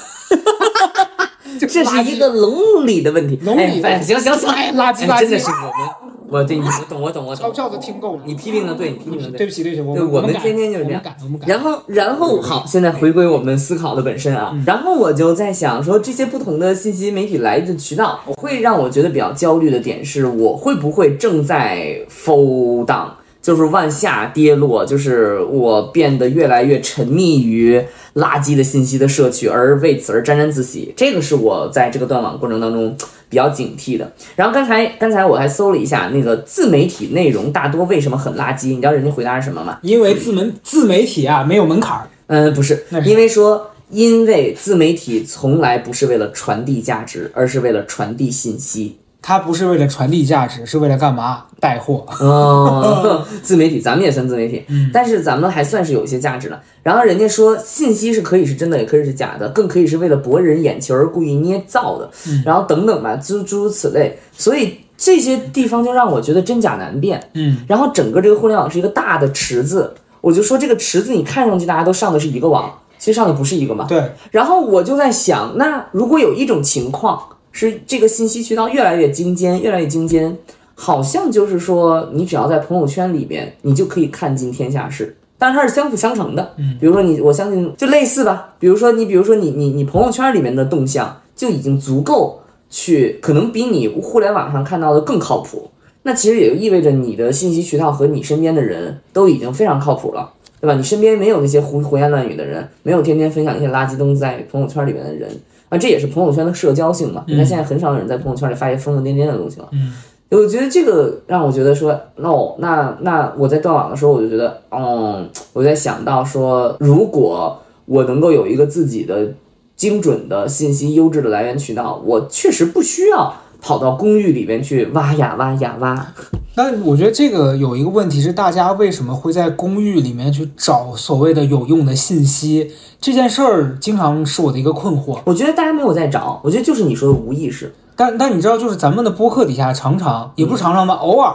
Speaker 3: 这
Speaker 1: 这是一个笼里的问题，
Speaker 3: 笼里的
Speaker 1: 哎行行行，
Speaker 3: 哎垃圾
Speaker 1: 哎真的
Speaker 3: 垃圾
Speaker 1: 是我们，我对你，我懂，我懂，我
Speaker 3: 钞
Speaker 1: 懂。
Speaker 3: 票都听够了。
Speaker 1: 你批评的对，你批评的
Speaker 3: 对不起，对不起，我
Speaker 1: 对
Speaker 3: 我
Speaker 1: 我们
Speaker 3: 改
Speaker 1: 天天就是这样
Speaker 3: 我们改，我们改。
Speaker 1: 然后，然后好，现在回归我们思考的本身啊。然后我就在想说，这些不同的信息媒体来的渠道，我会让我觉得比较焦虑的点是，我会不会正在 fall down，就是往下跌落，就是我变得越来越沉迷于垃圾的信息的摄取，而为此而沾沾自喜。这个是我在这个断网过程当中比较警惕的。然后刚才刚才我还搜了一下，那个自媒体内容大多为什么很垃圾？你知道人家回答是什么吗？
Speaker 3: 因为自媒自媒体啊没有门槛儿，
Speaker 1: 嗯，不是
Speaker 3: 那，是
Speaker 1: 因为说，因为自媒体从来不是为了传递价值，而是为了传递信
Speaker 3: *laughs*
Speaker 1: 息。
Speaker 3: 它不是为了传递价值，是为了干嘛？带货。
Speaker 1: 哦，自媒体，咱们也算自媒体，
Speaker 3: 嗯
Speaker 1: 但是咱们还算是有一些价值的。然后人家说，信息是可以是真的，也可以是假的，更可以是为了博人眼球而故意捏造的，
Speaker 3: 嗯
Speaker 1: 然后等等吧，诸诸如此类。所以这些地方就让我觉得真假难辨。
Speaker 3: 嗯，
Speaker 1: 然后整个这个互联网是一个大的池子，我就说这个池子，你看上去大家都上的是一个网，其实上的不是一个嘛。
Speaker 3: 对，
Speaker 1: 然后我就在想，那如果有一种情况是这个信息渠道越来越精尖，越来越精尖，好像就是说，你只要在朋友圈里边，你就可以看尽天下事。当然它是相辅相成的，嗯，比如说你，我相信就类似吧。比如说你，比如说你，你，你朋友圈里面的动向就已经足够去，可能比你互联网上看到的更靠谱。那其实也就意味着你的信息渠道和你身边的人都已经非常靠谱了，对吧？你身边没有那些胡胡言乱语的人，没有天天分享一些垃圾东西在朋友圈里面的人啊，这也是朋友圈的社交性嘛。你看现在很少有人在朋友圈里发一些疯疯癫癫的东西了。嗯，我觉得这个让我觉得说，no，那那我在断网的时候，我就觉得，嗯，我在想到说，如果我能够有一个自己的精准的信息、优质的来源渠道，我确实不需要跑到公寓里边去挖呀挖呀挖。
Speaker 3: 但我觉得这个有一个问题是，大家为什么会在公寓里面去找所谓的有用的信息？这件事儿经常是我的一个困惑。
Speaker 1: 我觉得大家没有在找，我觉得就是你说的无意识。
Speaker 3: 但但你知道，就是咱们的播客底下常常也不是常常吧，偶尔。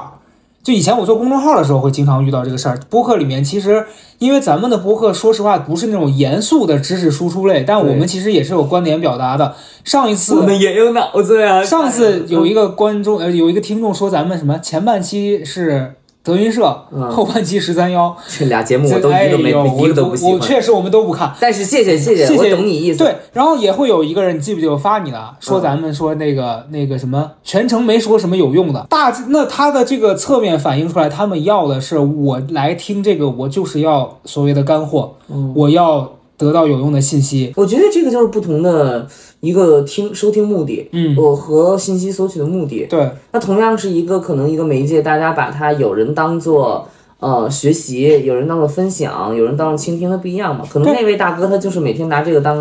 Speaker 3: 就以前我做公众号的时候，会经常遇到这个事儿。播客里面其实，因为咱们的播客，说实话不是那种严肃的知识输出类，但我们
Speaker 1: 对
Speaker 3: 其实也是有观点表达的。上一
Speaker 1: *laughs*
Speaker 3: 次
Speaker 1: 也有
Speaker 3: 啊
Speaker 1: 脑子呀
Speaker 3: 哎上次有一个观众呃有一个听众说咱们什么前半期是德云社、后半期十三幺，
Speaker 1: 这俩节目我
Speaker 3: 这
Speaker 1: 都
Speaker 3: 哎
Speaker 1: 一个没、
Speaker 3: 呦，
Speaker 1: 一个都不
Speaker 3: 我
Speaker 1: 喜
Speaker 3: 我
Speaker 1: 欢。
Speaker 3: 确实我们都不看。
Speaker 1: 但是谢谢谢谢，
Speaker 3: 谢谢，
Speaker 1: 我懂你意思。嗯
Speaker 3: 对，然后也会有一个人，你记不记得我发你了？说咱们说那个、那个什么，全程没说什么有用的。大致那他的这个侧面反映出来，他们要的是我来听这个，我就是要所谓的干货，
Speaker 1: 嗯
Speaker 3: 我要得到有用的信息。
Speaker 1: 我觉得这个就是不同的一个听收听目的，
Speaker 3: 嗯
Speaker 1: 我和信息索取的目的，
Speaker 3: 对，
Speaker 1: 那同样是一个可能一个媒介，大家把它有人当做呃学习，有人当做分享，有人当做倾听，它不一样嘛。可能
Speaker 3: 对
Speaker 1: 那位大哥他就是每天拿这个当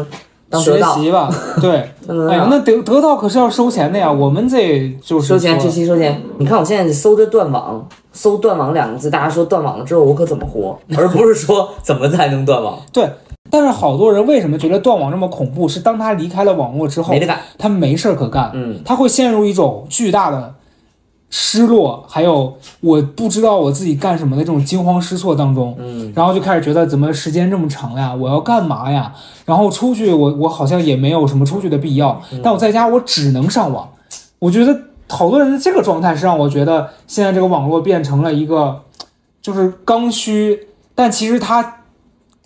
Speaker 1: 当得
Speaker 3: 学
Speaker 1: 到，嗯 *laughs*
Speaker 3: 习吧，对。
Speaker 1: 当得
Speaker 3: 哎呀
Speaker 1: 到，
Speaker 3: 那得得到可是要收钱的呀，我们这就是
Speaker 1: 收钱，
Speaker 3: 说
Speaker 1: 这期收钱。你看我现在搜着断网，搜断网两个字，大家说断网了之后我可怎么活， *laughs* 而不是说怎么才能断网，
Speaker 3: 对。但是好多人为什么觉得断网这么恐怖？是当他离开了网络之后
Speaker 1: 没，得干。
Speaker 3: 他没事儿可干，
Speaker 1: 嗯，
Speaker 3: 他会陷入一种巨大的失落，还有我不知道我自己干什么的这种惊慌失措当中，
Speaker 1: 嗯，
Speaker 3: 然后就开始觉得怎么时间这么长呀，我要干嘛呀？然后出去我我好像也没有什么出去的必要，
Speaker 1: 嗯
Speaker 3: 但我在家我只能上网，我觉得好多人的这个状态是让我觉得现在这个网络变成了一个就是刚需，但其实它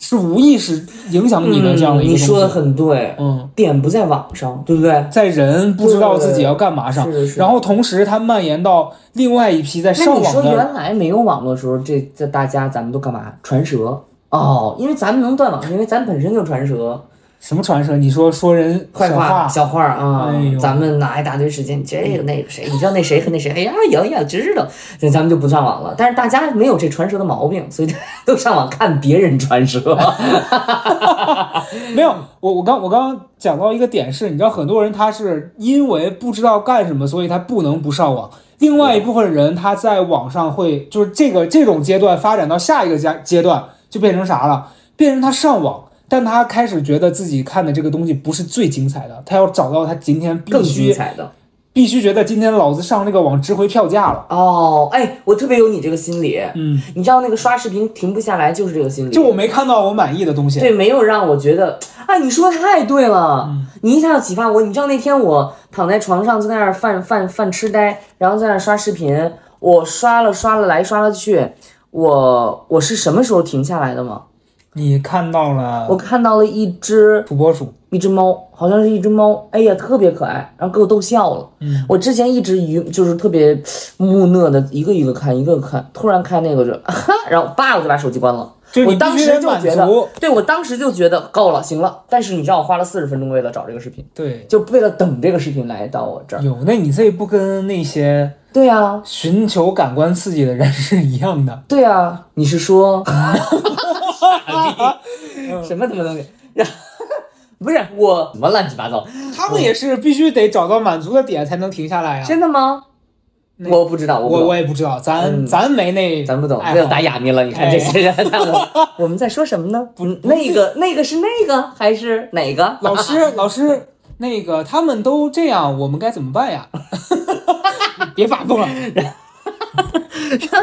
Speaker 3: 是无意识影响你的这样的一个、
Speaker 1: 嗯你说的，很对，
Speaker 3: 嗯。
Speaker 1: 点不在网上，对不对？
Speaker 3: 在人不知道自己要干嘛上
Speaker 1: 是是，是
Speaker 3: 然后同时它蔓延到另外一批在
Speaker 1: 那
Speaker 3: 上
Speaker 1: 你说
Speaker 3: 网的，
Speaker 1: 原来没有网络的时候，这这大家咱们都干嘛？传舌哦，因为咱们能断网，是因为咱本身就传舌，
Speaker 3: 什么传说？你说说人
Speaker 1: 坏
Speaker 3: 小
Speaker 1: 话、
Speaker 3: 话，
Speaker 1: 小话啊，
Speaker 3: 哎呦
Speaker 1: 咱们拿一大堆时间，这个那个谁，你知道那谁和那谁， *laughs* 哎呀，有有知道，这咱们就不上网了。但是大家没有这传舌的毛病，所以都上网看别人
Speaker 3: *laughs*
Speaker 1: 传舌。
Speaker 3: 没有，我我刚我刚刚讲到一个点是，你知道很多人他是因为不知道干什么，所以他不能不上网。另外一部分人他在网上会就是这个这种阶段发展到下一个阶阶段就变成啥了？变成他上网。但他开始觉得自己看的这个东西不是最精彩的，他要找到他今天必
Speaker 1: 更精
Speaker 3: 须
Speaker 1: 彩的
Speaker 3: 必须觉得今天老子上这个网值回票价了。
Speaker 1: 哦，哎，我特别有你这个心理，
Speaker 3: 嗯，
Speaker 1: 你知道那个刷视频停不下来就是这个心理，
Speaker 3: 就我没看到我满意的东西。
Speaker 1: 对，没有让我觉得，哎，你说的太对了，你一下就启发我。你知道那天我躺在床上就在那儿犯犯犯痴呆，然后在那儿刷视频，我刷了刷了来刷了去，我我是什么时候停下来的吗？
Speaker 3: 你看到了
Speaker 1: 我看到了一只
Speaker 3: 土拨鼠，
Speaker 1: 一只猫，好像是一只猫，哎呀，特别可爱，然后给我逗笑了。
Speaker 3: 嗯，
Speaker 1: 我之前一直一就是特别木讷的，一个一个看，一个一个看，突然看那个就， *laughs* 然后叭我就把手机关了。
Speaker 3: 就是
Speaker 1: 我
Speaker 3: 你必
Speaker 1: 当
Speaker 3: 须
Speaker 1: 时
Speaker 3: 得
Speaker 1: 就
Speaker 3: 满
Speaker 1: 觉得
Speaker 3: 足。，
Speaker 1: 对我当时就觉得够了，行了。但是你知道，我花了四十分钟为了找这个视频，
Speaker 3: 对，
Speaker 1: 就为了等这个视频来到我这儿。
Speaker 3: 有，那你这不跟那些
Speaker 1: 对啊，
Speaker 3: 寻求感官刺激的人 *laughs* 是一样的？
Speaker 1: 对啊，你是说 *laughs* 什么他妈东西？ *laughs* 然后不是我什么乱七八糟？
Speaker 3: 他们也是必须得找到满足的点才能停下来啊。
Speaker 1: 真的吗？我不知道，我不
Speaker 3: 我
Speaker 1: 懂
Speaker 3: 我也不知道，咱
Speaker 1: 嗯
Speaker 3: 咱没那，
Speaker 1: 咱不懂，
Speaker 3: 哎
Speaker 1: 这打哑谜了。你看这些人，看我我们在说什么呢？不，那个那个是那个还是哪
Speaker 3: *laughs*
Speaker 1: 个？
Speaker 3: 老师老师，那个他们都这样，我们该怎么办呀？ *laughs* 别发疯了，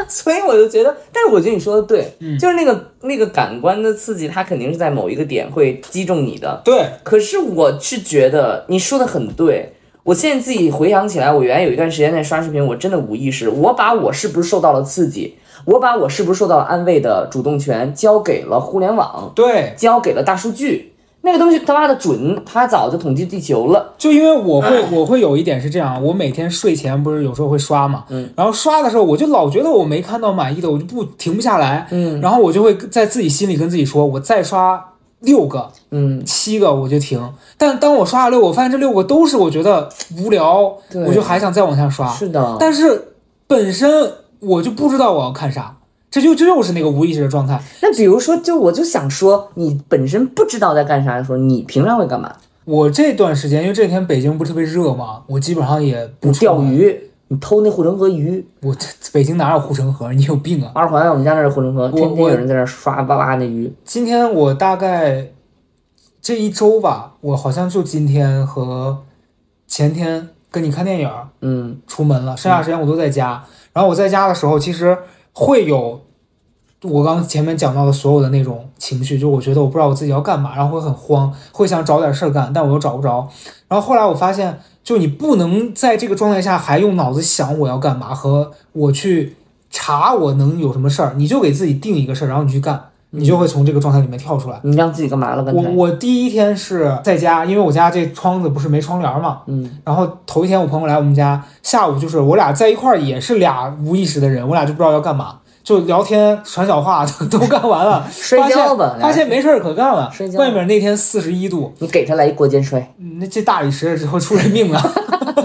Speaker 1: 所以我就觉得，但是我觉得你说的对，就是那个那个感官的刺激，它肯定是在某一个点会击中你的。
Speaker 3: 对，
Speaker 1: 可是我是觉得你说的很对。我现在自己回想起来，我原来有一段时间在刷视频，我真的无意识，我把我是不是受到了刺激，我把我是不是受到了安慰的主动权交给了互联网，
Speaker 3: 对，
Speaker 1: 交给了大数据。那个东西他妈的准，它早就统计地球了。
Speaker 3: 就因为我会，
Speaker 1: 哎
Speaker 3: 我会有一点是这样，我每天睡前不是有时候会刷嘛，
Speaker 1: 嗯，
Speaker 3: 然后刷的时候我就老觉得我没看到满意的，我就不停不下来，
Speaker 1: 嗯
Speaker 3: 然后我就会在自己心里跟自己说，我再刷六个、
Speaker 1: 嗯，
Speaker 3: 七个我就停。但当我刷了六个，我发现这六个都是我觉得无聊，
Speaker 1: 对
Speaker 3: 我就还想再往下刷，
Speaker 1: 是的。
Speaker 3: 但是本身我就不知道我要看啥，这就这就是那个无意识的状态。
Speaker 1: 那比如说，就我就想说，你本身不知道在干啥的时候，你平常会干嘛？
Speaker 3: 我这段时间因为这几天北京不是特别热嘛，我基本上也不
Speaker 1: 你
Speaker 3: 出门
Speaker 1: 钓。鱼，你偷那护城河鱼。
Speaker 3: 我这北京哪有护城河？你有病啊！
Speaker 1: 二环我们家那儿护城河，天天
Speaker 3: 我
Speaker 1: 有人在那儿刷哇哇那鱼。
Speaker 3: 今天我大概这一周吧，我好像就今天和前天跟你看电影儿
Speaker 1: 嗯
Speaker 3: 出门了，剩下时间我都在家。然后我在家的时候，其实会有我刚前面讲到的所有的那种情绪，就我觉得我不知道我自己要干嘛，然后会很慌，会想找点事儿干，但我又找不着。然后后来我发现，就你不能在这个状态下还用脑子想我要干嘛和我去。查我能有什么事儿，你就给自己定一个事儿，然后你去干，你就会从这个状态里面跳出来。
Speaker 1: 你让自己干嘛了？刚
Speaker 3: 我
Speaker 1: 才
Speaker 3: 我第一天是在家，因为我家这窗子不是没窗帘嘛，
Speaker 1: 嗯，
Speaker 3: 然后头一天我朋友来我们家，下午就是我俩在一块儿，也是俩无意识的人，我俩就不知道要干嘛，就聊天、传小话 *laughs* 都干完了，
Speaker 1: *laughs* 摔
Speaker 3: 发
Speaker 1: 跤
Speaker 3: 现
Speaker 1: 吧，
Speaker 3: 发现没事儿可干了
Speaker 1: 睡。觉
Speaker 3: 外面那天四十一度，
Speaker 1: 你给他来一过肩摔，
Speaker 3: 嗯那这大理石之后出人命啊！ *laughs*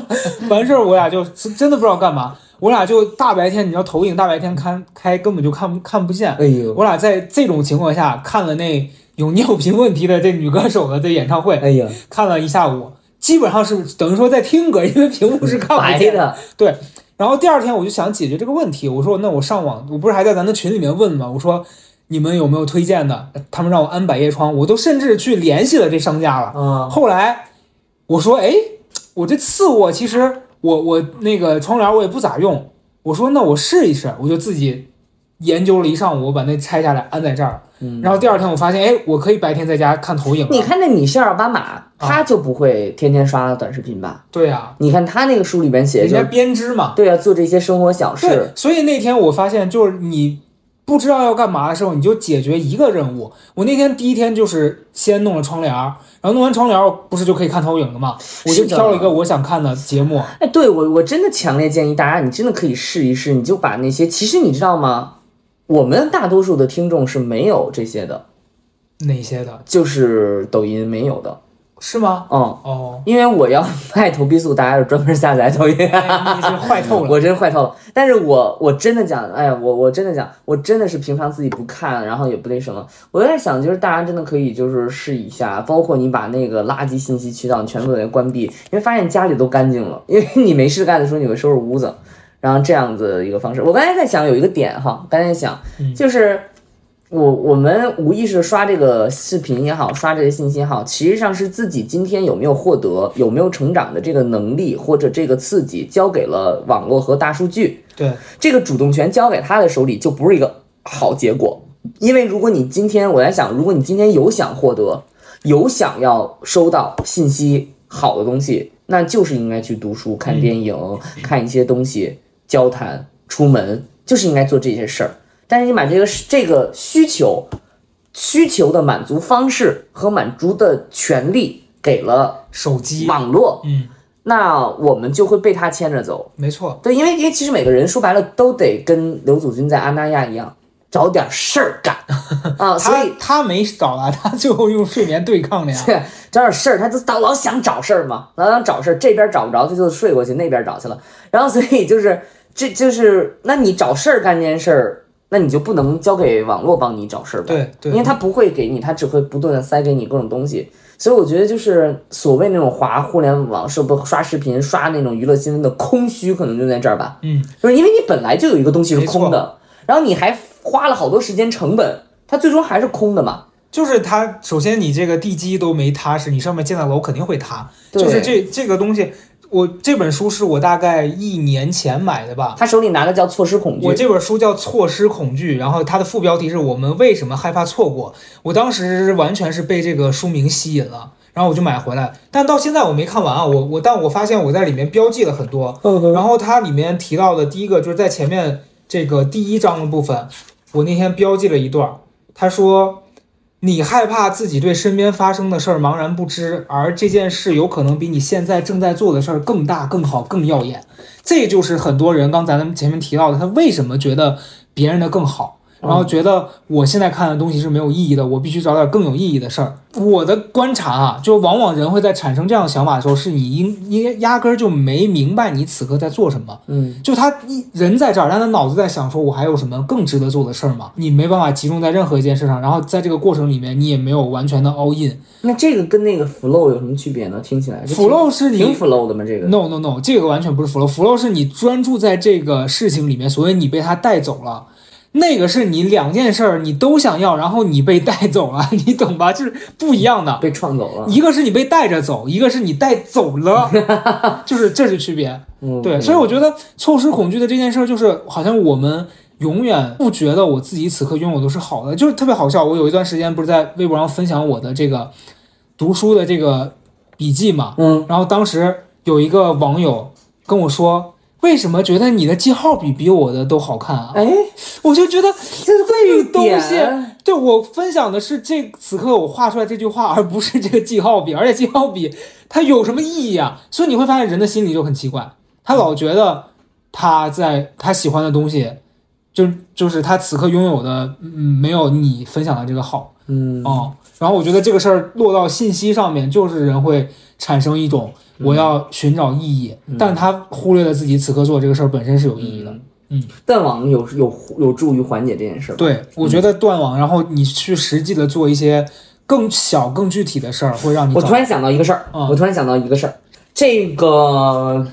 Speaker 3: 完事儿我俩就真真的不知道干嘛，我俩就大白天，你知道投影大白天看开根本就看不看不见，
Speaker 1: 哎呦，
Speaker 3: 我俩在这种情况下看了那有尿频问题的这女歌手的这演唱会，
Speaker 1: 哎 *laughs* 呦，
Speaker 3: 看了一下午，基本上是等于说在听歌，因为屏幕是看
Speaker 1: 白
Speaker 3: 不见。
Speaker 1: 的，
Speaker 3: 然后第二天我就想解决这个问题，我说那我上网，我不是还在咱的群里面问吗？我说你们有没有推荐的？他们让我安百叶窗，我都甚至去联系了这商家了。
Speaker 1: 嗯，
Speaker 3: 后来我说，哎，我这次卧其实我我那个窗帘我也不咋用，我说那我试一试，我就自己研究了一上午，我把那拆下来安在这儿。
Speaker 1: 嗯
Speaker 3: 然后第二天我发现，哎，我可以白天在家看投影
Speaker 1: 你
Speaker 3: 了。
Speaker 1: 看那米歇尔奥巴
Speaker 3: 啊
Speaker 1: 马，他就不会天天刷短视频吧？
Speaker 3: 对呀、
Speaker 1: 你看他那个书里面写
Speaker 3: 人
Speaker 1: 就
Speaker 3: 家编织嘛。
Speaker 1: 对啊，做这些生活小
Speaker 3: 对
Speaker 1: 事，，
Speaker 3: 所以那天我发现，就是你不知道要干嘛的时候，你就解决一个任务。我那天第一天就是先弄了窗帘儿，然后弄完窗帘儿不是就可以看投影了吗？我
Speaker 1: 是
Speaker 3: 就
Speaker 1: 的
Speaker 3: 挑了一个我想看的节目。
Speaker 1: 哎，对我我真的强烈建议大家，你真的可以试一试，你就把那些，其实你知道吗？我们大多数的听众是没有这些的，
Speaker 3: 哪些的？
Speaker 1: 就是抖音没有的，
Speaker 3: 是吗？
Speaker 1: 嗯，
Speaker 3: 哦，
Speaker 1: 因为我要卖投币素，大家就专门下载抖音。
Speaker 3: 哎、你是坏透了。
Speaker 1: 我真坏透了。但是我我真的讲，哎呀，我我真的讲，我真的是平常自己不看，然后也不那什么。我在想，就是大家真的可以就是试一下，包括你把那个垃圾信息渠道你全部给它关闭，你会发现家里都干净了，因为你没事干的时候你会收拾屋子，然后这样子一个方式。我刚才在想有一个点哈，刚才在想
Speaker 3: 嗯
Speaker 1: 就是。我我们无意识地刷这个视频也好，刷这些信息也好，其实上是自己今天有没有获得、有没有成长的这个能力或者这个刺激，交给了网络和大数据，
Speaker 3: 对，
Speaker 1: 这个主动权交给他的手里，就不是一个好结果。因为如果你今天，我在想，如果你今天有想获得，有想要收到信息好的东西，那就是应该去读书、看电影、看一些东西、交谈、出门，就是应该做这些事儿。但是你把这个这个需求需求的满足方式和满足的权利给了
Speaker 3: 手机，
Speaker 1: 网络，
Speaker 3: 嗯，
Speaker 1: 那我们就会被它牵着走。
Speaker 3: 没错，
Speaker 1: 对，因为因为其实每个人说白了都得跟刘祖君在阿那亚一样，找点事儿干啊，所
Speaker 3: 他
Speaker 1: 以
Speaker 3: 他没找啊，他最后用睡眠对抗的呀。
Speaker 1: 对，找点事儿，他就老老想找事儿嘛，老想找事儿，这边找不着，他就睡过去，那边找去了。然后所以就是这就是，那你找事儿干这件事儿，那你就不能交给网络帮你找事儿吧？
Speaker 3: 对对
Speaker 1: 因为他不会给你，他只会不断的塞给你各种东西。所以我觉得就是所谓那种划互联网，是不刷视频、刷那种娱乐新闻的空虚，可能就在这儿吧。
Speaker 3: 嗯，
Speaker 1: 就是因为你本来就有一个东西是空的，然后你还花了好多时间成本，它最终还是空的嘛。
Speaker 3: 就是它，首先你这个地基都没踏实，你上面建的楼肯定会塌。
Speaker 1: 对
Speaker 3: 就是这这个东西，我这本书是我大概一年前买的吧。
Speaker 1: 他手里拿的叫错失恐惧，
Speaker 3: 我这本书叫《错失恐惧》，然后它的副标题是我们为什么害怕错过。我当时完全是被这个书名吸引了，然后我就买回来，但到现在我没看完啊。我我但我发现我在里面标记了很多，
Speaker 1: 嗯
Speaker 3: 然后它里面提到的第一个就是在前面这个第一章的部分，我那天标记了一段儿，他说。你害怕自己对身边发生的事儿茫然不知，而这件事有可能比你现在正在做的事儿更大、更好、更耀眼。这就是很多人刚才咱们前面提到的，他为什么觉得别人的更好，然后觉得我现在看的东西是没有意义的，我必须找点更有意义的事儿。我的观察啊，就往往人会在产生这样的想法的时候，是你应应压根儿就没明白你此刻在做什么。
Speaker 1: 嗯，
Speaker 3: 就他一人在这儿，但他脑子在想说，我还有什么更值得做的事儿吗？你没办法集中在任何一件事上，然后在这个过程里面，你也没有完全的 all in。
Speaker 1: 那这个跟那个 flow 有什么区别呢？听起来就挺
Speaker 3: flow 是你
Speaker 1: 挺 flow 的吗？这个
Speaker 3: No no no，这个完全不是 flow。flow 是你专注在这个事情里面，所以你被它带走了。那个是你两件事儿你都想要，然后你被带走了， *laughs* 你懂吧？就是不一样的，
Speaker 1: 被创走了。
Speaker 3: 一个是你被带着走，一个是你带走了，就是这是区别。
Speaker 1: 嗯，
Speaker 3: 对，所以我觉得错失恐惧的这件事儿，就是好像我们永远不觉得我自己此刻拥有的是好的，就是特别好笑。我有一段时间不是在微博上分享我的这个读书的这个笔记嘛，
Speaker 1: 嗯，
Speaker 3: 然后当时有一个网友跟我说：“为什么觉得你的记号比比我的都好看啊？ *laughs*
Speaker 1: 哎，
Speaker 3: 我就觉得这
Speaker 1: 这
Speaker 3: 个东西
Speaker 1: 点，
Speaker 3: 对我分享的是这此刻我画出来这句话，而不是这个记号笔，而 *laughs* 且记号笔它有什么意义啊？所以你会发现人的心理就很奇怪，他老觉得他在他喜欢的东西，就就是他此刻拥有的，嗯，没有你分享的这个好
Speaker 1: 嗯，
Speaker 3: 哦。然后我觉得这个事儿落到信息上面，就是人会产生一种
Speaker 1: 嗯
Speaker 3: 我要寻找意义，但他忽略了自己此刻做这个事儿本身是有意义的。
Speaker 1: 嗯断网有有有助于缓解这件事儿吧。
Speaker 3: 对，我觉得断
Speaker 1: 嗯
Speaker 3: 网，然后你去实际的做一些更小、更具体的事儿，会让你
Speaker 1: 我
Speaker 3: 找
Speaker 1: 突然想到一个事儿，
Speaker 3: 嗯
Speaker 1: 我突然想到一个事儿，这个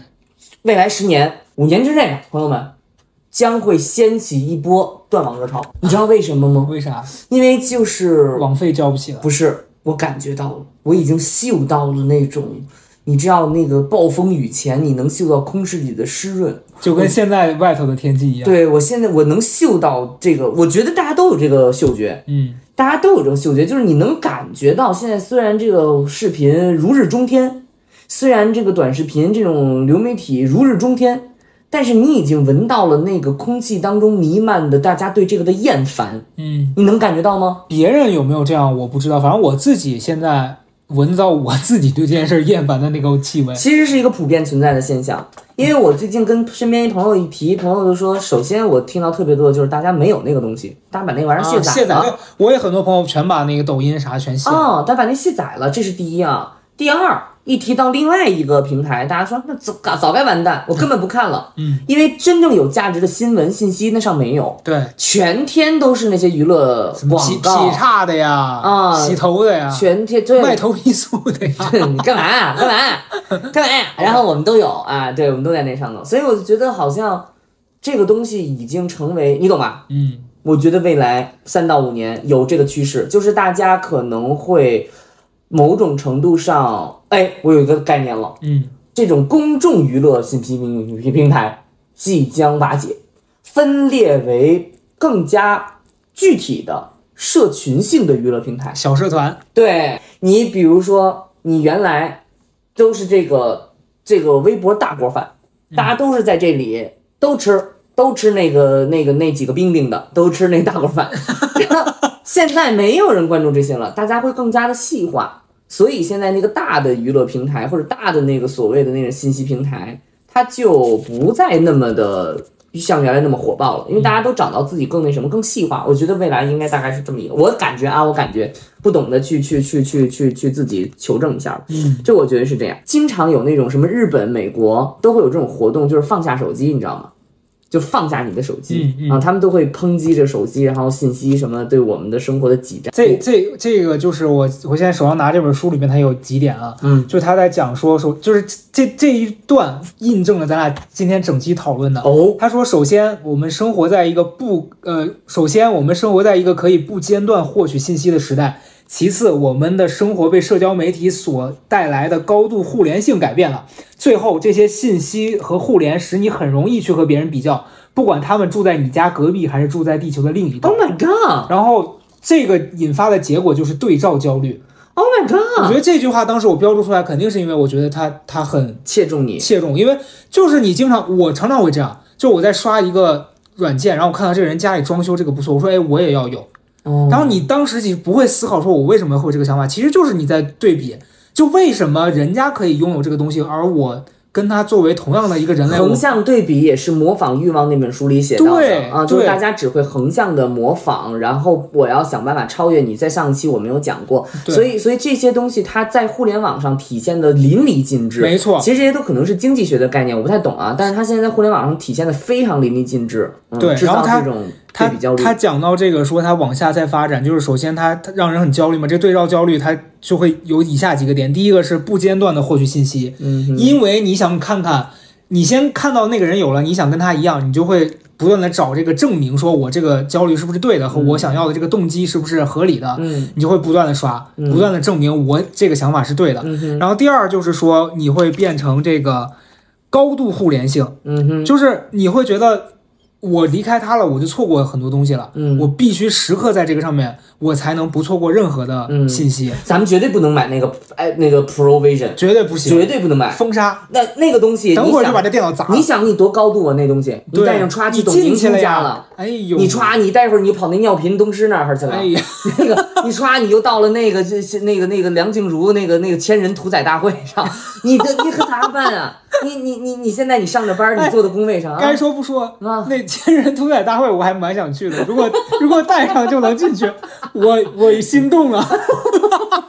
Speaker 1: 未来十年、五年之内，啊朋友们将会掀起一波断网热潮。你知道为什么吗？
Speaker 3: 为啥
Speaker 1: 因为就是
Speaker 3: 网费交不起了？
Speaker 1: 不是我感觉到了，我已经嗅到了那种。你知道那个暴风雨前，你能嗅到空气里的湿润。
Speaker 3: 就跟现在外头的天气一样。，
Speaker 1: 对我现在我能嗅到这个，我觉得大家都有这个嗅觉，
Speaker 3: 嗯，
Speaker 1: 大家都有这个嗅觉，就是你能感觉到，现在虽然这个视频如日中天，虽然这个短视频这种流媒体如日中天，但是你已经闻到了那个空气当中弥漫的大家对这个的厌烦，
Speaker 3: 嗯，
Speaker 1: 你能感觉到吗？
Speaker 3: 别人有没有这样我不知道，反正我自己现在闻到我自己对这件事儿厌烦的那个气味。
Speaker 1: 其实是一个普遍存在的现象。因为我最近跟身边一朋友一提，朋友就说，首先我听到特别多的就是大家没有那个东西，大家把那玩意儿
Speaker 3: 啊，
Speaker 1: 卸载
Speaker 3: 卸载
Speaker 1: 了。
Speaker 3: 了！我也很多朋友全把那个抖音啥全卸了。
Speaker 1: 哦，他把那卸载了，这是第一啊。第二，一提到另外一个平台，大家说那早早该完蛋，我根本不看了。
Speaker 3: 嗯，
Speaker 1: 因为真正有价值的新闻信息那上没有，
Speaker 3: 对，
Speaker 1: 全天都是那些娱乐
Speaker 3: 劈
Speaker 1: 广
Speaker 3: 劈
Speaker 1: 告，
Speaker 3: 叉的呀，
Speaker 1: 啊
Speaker 3: 洗头的呀，
Speaker 1: 全天对。
Speaker 3: 卖头皮素的
Speaker 1: *laughs*
Speaker 3: 呀。
Speaker 1: 你 *laughs* 干嘛啊、干嘛啊、干
Speaker 3: *laughs*
Speaker 1: 嘛啊、然后我们都有啊，对，我们都在那上头，所以我就觉得好像这个东西已经成为你懂吧？
Speaker 3: 嗯，
Speaker 1: 我觉得未来三到五年有这个趋势，就是大家可能会某种程度上，哎，我有一个概念了，
Speaker 3: 嗯，
Speaker 1: 这种公众娱乐信息平平平台即将瓦解，分裂为更加具体的社群性的娱乐平台。
Speaker 3: 小社团，
Speaker 1: 对你，比如说你原来都是这个这个微博大锅饭，大家都是在这里都吃都吃那个那个那几个冰冰的，都吃那大锅饭。然后现在没有人关注这些了，大家会更加的细化，所以现在那个大的娱乐平台或者大的那个所谓的那种信息平台，它就不再那么的。像原来那么火爆了，因为大家都找到自己更那什么、更细化。我觉得未来应该大概是这么一个，我感觉啊，我感觉不懂的去 *laughs* 去去去去去自己求证一下。
Speaker 3: 嗯，
Speaker 1: 这我觉得是这样。经常有那种什么日本、美国都会有这种活动，就是放下手机，你知道吗？就放下你的手机、
Speaker 3: 嗯嗯
Speaker 1: 啊，他们都会抨击这手机，然后信息什么对我们的生活的挤占。
Speaker 3: 这这这个就是我我现在手上拿这本书里面它有几点啊，
Speaker 1: 嗯
Speaker 3: 就他在讲说说就是这这一段印证了咱俩今天整期讨论的。
Speaker 1: 哦，
Speaker 3: 他说，首先我们生活在一个不呃，首先我们生活在一个可以不间断获取信息的时代。其次，我们的生活被社交媒体所带来的高度互联性改变了。最后，这些信息和互联使你很容易去和别人比较，不管他们住在你家隔壁还是住在地球的另一端
Speaker 1: Oh。my god!
Speaker 3: 然后这个引发的结果就是对照焦虑。
Speaker 1: Oh my
Speaker 3: 我觉
Speaker 1: god!
Speaker 3: 得这句话当时我标注出来，肯定是因为我觉得它它很
Speaker 1: 切中你，
Speaker 3: 切中，因为就是你经常我常常会这样，就我在刷一个软件，然后我看到这个人家里装修这个不错，我说哎我也要有，
Speaker 1: 哦
Speaker 3: 然后你当时你不会思考说我为什么会有这个想法，其实就是你在对比，就为什么人家可以拥有这个东西，而我跟他作为同样的一个
Speaker 1: *laughs*
Speaker 3: 人类，我
Speaker 1: 横向对比也是《模仿欲望》那本书里写到的
Speaker 3: 对
Speaker 1: 啊，就是
Speaker 3: 对
Speaker 1: 大家只会横向的模仿，然后我要想办法超越你。在上一期我没有讲过，
Speaker 3: 对
Speaker 1: 所以所以这些东西它在互联网上体现的淋漓尽致。
Speaker 3: 没错
Speaker 1: 其实这些都可能是经济学的概念，我不太懂啊，但是它现在在互联网上体现的非常淋漓尽致，嗯、
Speaker 3: 对
Speaker 1: 制
Speaker 3: 然
Speaker 1: 造
Speaker 3: 后它
Speaker 1: 这种对
Speaker 3: 他
Speaker 1: 比焦虑。
Speaker 3: 他讲到这个说他往下再发展，就是首先他他让人很焦虑嘛，这对照焦虑它就会有以下几个点，第一个是不间断的获取信息，
Speaker 1: 嗯哼，
Speaker 3: 因为你想看看，你先看到那个人有了，你想跟他一样，你就会不断的找这个证明，说我这个焦虑是不是对的，和我想要的这个动机是不是合理的，
Speaker 1: 嗯
Speaker 3: 你就会不断的刷，
Speaker 1: 嗯
Speaker 3: 不断的证明我这个想法是对的。
Speaker 1: 嗯哼
Speaker 3: 然后第二就是说，你会变成这个高度互联性，
Speaker 1: 嗯哼，
Speaker 3: 就是你会觉得我离开它了，我就错过很多东西了。
Speaker 1: 嗯
Speaker 3: 我必须时刻在这个上面，我才能不错过任何的
Speaker 1: 嗯
Speaker 3: 信息，
Speaker 1: 咱们绝对不能买那个哎那个 Provision，
Speaker 3: 绝对不行，
Speaker 1: 绝对不能买。
Speaker 3: 封杀。
Speaker 1: 那那个东西，
Speaker 3: 等会儿就把
Speaker 1: 你
Speaker 3: 这电脑砸
Speaker 1: 想，
Speaker 3: 了。
Speaker 1: 你想你多高度啊？那东西，你
Speaker 3: 对
Speaker 1: 带上歘
Speaker 3: 你
Speaker 1: 去董
Speaker 3: 进
Speaker 1: 明
Speaker 3: 去
Speaker 1: 珠
Speaker 3: 了
Speaker 1: 家
Speaker 3: 呀
Speaker 1: 了。
Speaker 3: 哎呦，
Speaker 1: 你歘，你待会儿你跑那尿频东施那儿去了，
Speaker 3: 哎呀，
Speaker 1: 那个你歘，你又到了那个这这那个那个梁静茹那个那个千人屠宰大会上，你这你可咋办啊？你你你你现在你上着班，你坐的工位上啊
Speaker 3: 该？说不说，
Speaker 1: 啊
Speaker 3: 那千人屠宰大会我还蛮想去的。如 *laughs* 果如果带上就能进去，我我心动啊了。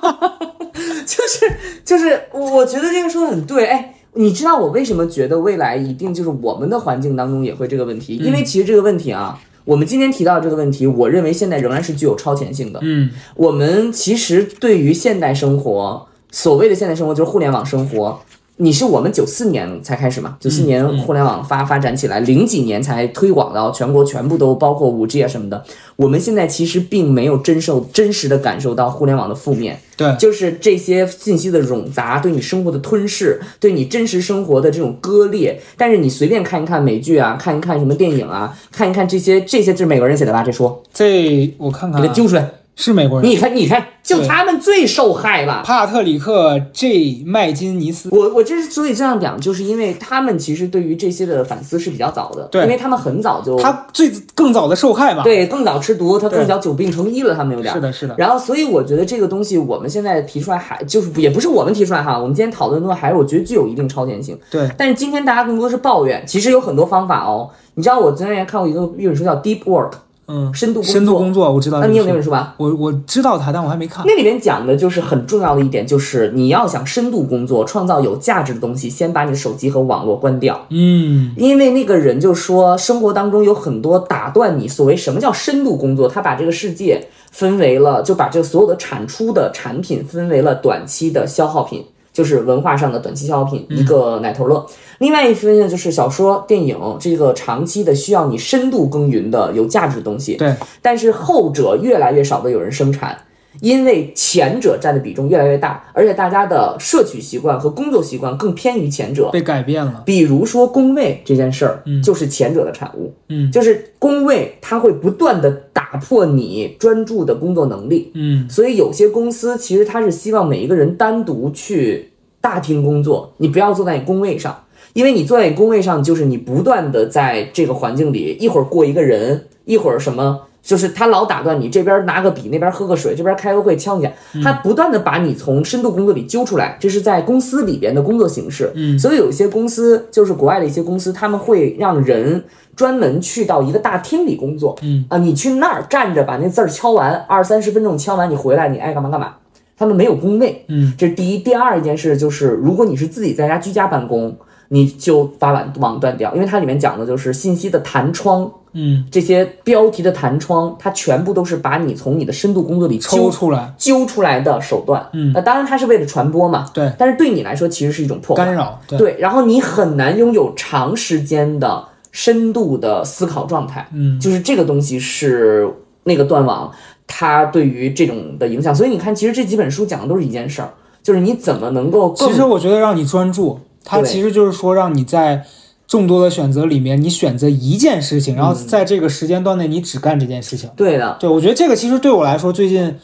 Speaker 1: 就是就是，我我觉得这个说的很对，哎。你知道我为什么觉得未来一定就是我们的环境当中也会这个问题？因为其实这个问题啊，我们今天提到这个问题，我认为现在仍然是具有超前性的。
Speaker 3: 嗯，
Speaker 1: 我们其实对于现代生活，所谓的现代生活就是互联网生活。你是我们九四年才开始嘛？九四年互联网发发展起来，零几年才推广到全国，全部都包括五 G 啊什么的。我们现在其实并没有真受真实的感受到互联网的负面，
Speaker 3: 对，
Speaker 1: 就是这些信息的冗杂对你生活的吞噬，对你真实生活的这种割裂。但是你随便看一看美剧啊，看一看什么电影啊，看一看这些这些，这是美国人写的吧？这说
Speaker 3: *laughs* 这我看看、
Speaker 1: 给他
Speaker 3: 啊，
Speaker 1: 揪出来，
Speaker 3: 是美国人，
Speaker 1: 你看，你看，就
Speaker 3: 对
Speaker 1: 他们最受害了。
Speaker 3: 帕特里克 J 麦金尼斯。
Speaker 1: 我我之所以这样讲，就是因为他们其实对于这些的反思是比较早的，
Speaker 3: 对
Speaker 1: 因为他们很早就
Speaker 3: 他最更早的受害嘛，，
Speaker 1: 对更早吃毒，他
Speaker 3: 对
Speaker 1: 更早久病成医了，他们有点
Speaker 3: 是的，是的，
Speaker 1: 然后，所以我觉得这个东西我们现在提出来还就是也不是我们提出来哈，我们今天讨论的还是我觉得具有一定超前性。
Speaker 3: 对，
Speaker 1: 但是今天大家更多是抱怨，其实有很多方法哦。你知道我之前也看过一个一本书叫《Deep Work》，
Speaker 3: 嗯，
Speaker 1: 深度工作
Speaker 3: 深度工作啊我知道
Speaker 1: 那
Speaker 3: 这个书，
Speaker 1: 你有那本书吧？
Speaker 3: 我我知道他，但我还没看。
Speaker 1: 那里面讲的就是很重要的一点，就是你要想深度工作，创造有价值的东西，先把你的手机和网络关掉。
Speaker 3: 嗯，
Speaker 1: 因为那个人就说，生活当中有很多打断你所谓什么叫深度工作，他把这个世界分为了，就把这个所有的产出的产品分为了短期的消耗品，就是文化上的短期消耗品，一个奶头乐。另外一分呢，就是小说、电影这个长期的需要你深度耕耘的有价值的东西。
Speaker 3: 对，
Speaker 1: 但是后者越来越少的有人生产，因为前者占的比重越来越大，而且大家的摄取习惯和工作习惯更偏于前者。
Speaker 3: 被改变了，
Speaker 1: 比如说工位这件事儿，
Speaker 3: 嗯
Speaker 1: 就是前者的产物，
Speaker 3: 嗯
Speaker 1: 就是工位它会不断的打破你专注的工作能力，
Speaker 3: 嗯，
Speaker 1: 所以有些公司其实它是希望每一个人单独去大厅工作，你不要坐在你工位上，因为你坐在你工位上，就是你不断的在这个环境里，一会儿过一个人，一会儿什么。就是他老打断你，这边拿个笔，那边喝个水，这边开个会敲你一下，
Speaker 3: 嗯
Speaker 1: 他不断的把你从深度工作里揪出来，这是在公司里边的工作形式。
Speaker 3: 嗯
Speaker 1: 所以有一些公司，就是国外的一些公司，他们会让人专门去到一个大厅里工作，
Speaker 3: 嗯
Speaker 1: 啊，你去那儿站着把那字儿敲完，二三十分钟敲完，你回来你爱干嘛干嘛。他们没有工位，
Speaker 3: 嗯，
Speaker 1: 这是第一。第二一件事就是，如果你是自己在家居家办公，你就把网网断掉，因为它里面讲的就是信息的弹窗，
Speaker 3: 嗯，
Speaker 1: 这些标题的弹窗，它全部都是把你从你的深度工作里
Speaker 3: 抽
Speaker 1: 揪
Speaker 3: 出来，
Speaker 1: 揪出来的手段。呃
Speaker 3: 嗯
Speaker 1: 那当然它是为了传播嘛，
Speaker 3: 对，
Speaker 1: 但是对你来说其实是一种破坏
Speaker 3: 干。扰，对，
Speaker 1: 对，然后你很难拥有长时间的深度的思考状态。
Speaker 3: 嗯
Speaker 1: 就是这个东西是那个断网它对于这种的影响。所以你看，其实这几本书讲的都是一件事儿，就是你怎么能够更
Speaker 3: 其实我觉得让你专注，它
Speaker 1: 对
Speaker 3: 其实就是说让你在众多的选择里面，你选择一件事情，然
Speaker 1: 嗯
Speaker 3: 后在这个时间段内你只干这件事情。
Speaker 1: 对的，
Speaker 3: 对，我觉得这个其实对我来说最近。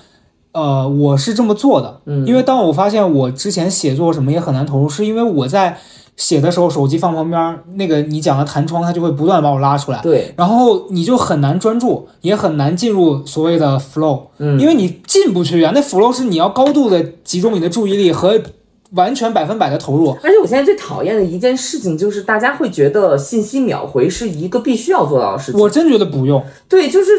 Speaker 3: 呃，我是这么做的，
Speaker 1: 嗯
Speaker 3: 因为当我发现我之前写作什么也很难投入，是因为我在写的时候手机放旁边儿，那个你讲的弹窗，它就会不断地把我拉出来，
Speaker 1: 对，
Speaker 3: 然后你就很难专注，也很难进入所谓的 flow，
Speaker 1: 嗯
Speaker 3: 因为你进不去啊。那 flow 是你要高度的集中你的注意力和完全百分百的投入。
Speaker 1: 而且我现在最讨厌的一件事情就是，大家会觉得信息秒回是一个必须要做到的事情。
Speaker 3: 我真觉得不用，
Speaker 1: 对，就是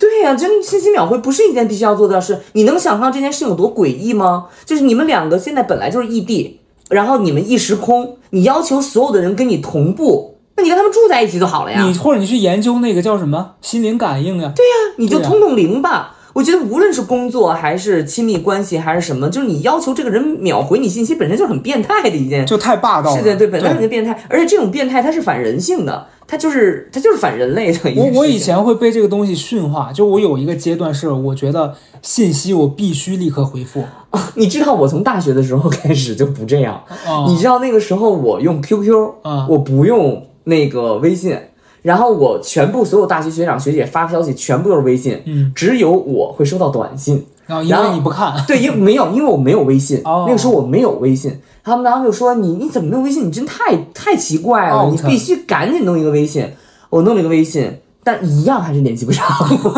Speaker 1: 对呀、真信息秒回不是一件必须要做的事。你能想象这件事有多诡异吗？就是你们两个现在本来就是异地，然后你们异时空，你要求所有的人跟你同步，那你跟他们住在一起就好了呀。
Speaker 3: 你或者你去研究那个叫什么心灵感应啊，
Speaker 1: 你就
Speaker 3: 对啊
Speaker 1: 通通灵吧。我觉得无论是工作还是亲密关系还是什么，就是你要求这个人秒回你信息，本身就是很变态的一件事
Speaker 3: 就太霸道了。
Speaker 1: 情。对对，本来就是变态，而且这种变态它是反人性的，它就是它就是反人类的一件事
Speaker 3: 我
Speaker 1: 情。
Speaker 3: 我以前会被这个东西驯化，就我有一个阶段是我觉得信息我必须立刻回复，
Speaker 1: 你知道我从大学的时候开始就不这样，
Speaker 3: 哦
Speaker 1: 你知道那个时候我用 QQ，、
Speaker 3: 啊
Speaker 1: 我不用那个微信。然后我全部所有大学学长学姐发消息全部都是微信，
Speaker 3: 嗯，
Speaker 1: 只有我会收到短信。
Speaker 3: 然后因为你不看，
Speaker 1: 对，因为没有，因为我没有微信，
Speaker 3: 哦
Speaker 1: 那个时候我没有微信。他们当时就说你你怎么没有微信？你真太太奇怪了，
Speaker 3: Out
Speaker 1: 你必须赶紧弄一个微信。我弄了一个微信，但一样还是联系不上。 *laughs*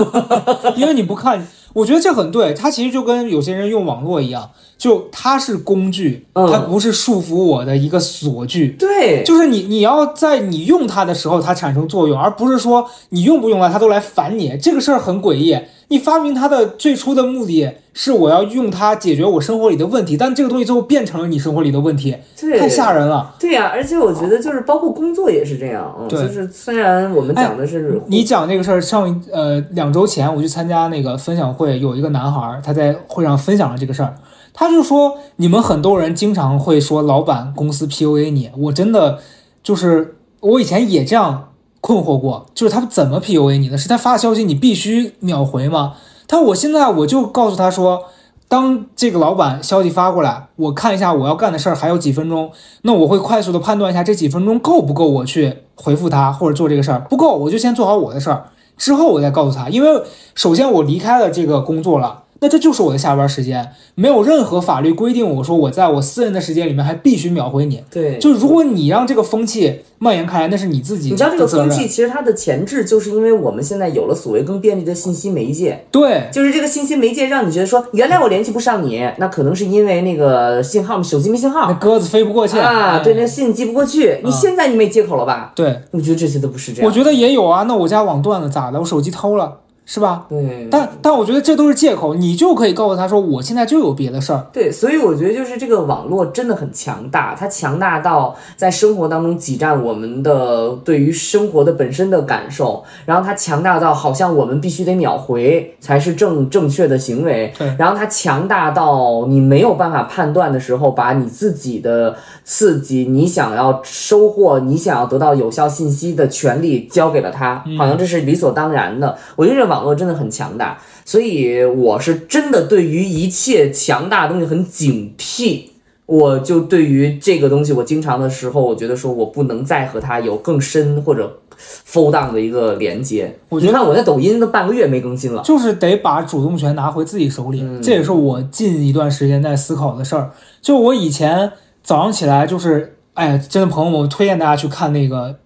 Speaker 3: 因为你不看，我觉得这很对。它其实就跟有些人用网络一样，就它是工具，
Speaker 1: 嗯
Speaker 3: 它不是束缚我的一个锁具。
Speaker 1: 对，
Speaker 3: 就是你，你要在你用它的时候，它产生作用，而不是说你用不用它，它都来烦你。这个事儿很诡异。你发明它的最初的目的是我要用它解决我生活里的问题，但这个东西最后变成了你生活里的问题，
Speaker 1: 对，
Speaker 3: 太吓人了。
Speaker 1: 对呀、而且我觉得就是包括工作也是这样，嗯，
Speaker 3: 对哎
Speaker 1: 就是虽然我们讲的是
Speaker 3: 你讲这个事儿，上一呃两周前我去参加那个分享会，有一个男孩儿他在会上分享了这个事儿，他就说你们很多人经常会说老板公司 PUA 你，我真的就是我以前也这样困惑过，就是他怎么 PUA 你的？是他发消息你必须秒回吗？但我现在我就告诉他说。当这个老板消息发过来，我看一下我要干的事儿还有几分钟，那我会快速的判断一下这几分钟够不够我去回复他或者做这个事儿，不够我就先做好我的事儿，之后我再告诉他。因为首先我离开了这个工作了，那这就是我的下班时间，没有任何法律规定我说我在我私人的时间里面还必须秒回你。 *laughs*
Speaker 1: 对，
Speaker 3: 就如果你让这个风气蔓延开来，那是你自
Speaker 1: 你
Speaker 3: 己的
Speaker 1: 知道这啊个
Speaker 3: 责
Speaker 1: 风
Speaker 3: 任
Speaker 1: 气，其实它的前置就是因为我们现在有了所谓更便利的信息媒介，
Speaker 3: 对
Speaker 1: 就是这个信息媒介让你觉得说，原来我联系不上你，那可能是因为那个信号手机没信
Speaker 3: 那
Speaker 1: 号
Speaker 3: 鸽子飞不过线
Speaker 1: 啊，
Speaker 3: 哎
Speaker 1: 对，那信寄不过去，你现在你没接口了吧？
Speaker 3: 对，
Speaker 1: 我觉得这些都不是这样，
Speaker 3: 嗯我觉得也有啊。那我家网断了咋的？我手机偷了是吧？
Speaker 1: 对，
Speaker 3: 但但我觉得这都是借口，你就可以告诉他说，我现在就有别的事儿。
Speaker 1: 对，所以我觉得就是这个网络真的很强大，它强大到在生活当中挤占我们的对于生活的本身的感受，然后它强大到好像我们必须得秒回才是正正确的行为
Speaker 3: 对，
Speaker 1: 然后它强大到你没有办法判断的时候，把你自己的刺激、你想要收获、你想要得到有效信息的权利交给了他，
Speaker 3: 嗯
Speaker 1: 好像这是理所当然的。我觉得这网络真的很强大，所以我是真的对于一切强大的东西很警惕。我就对于这个东西，我经常的时候，我觉得说我不能再和它有更深或者 fold down 的一个连接。
Speaker 3: 我觉得
Speaker 1: 你看我在抖音都半个月没更新了。
Speaker 3: 就是得把主动权拿回自己手里，
Speaker 1: 嗯
Speaker 3: 这也是我近一段时间在思考的事儿。就我以前早上起来就是，哎，真的朋友们，我推荐大家去看那个，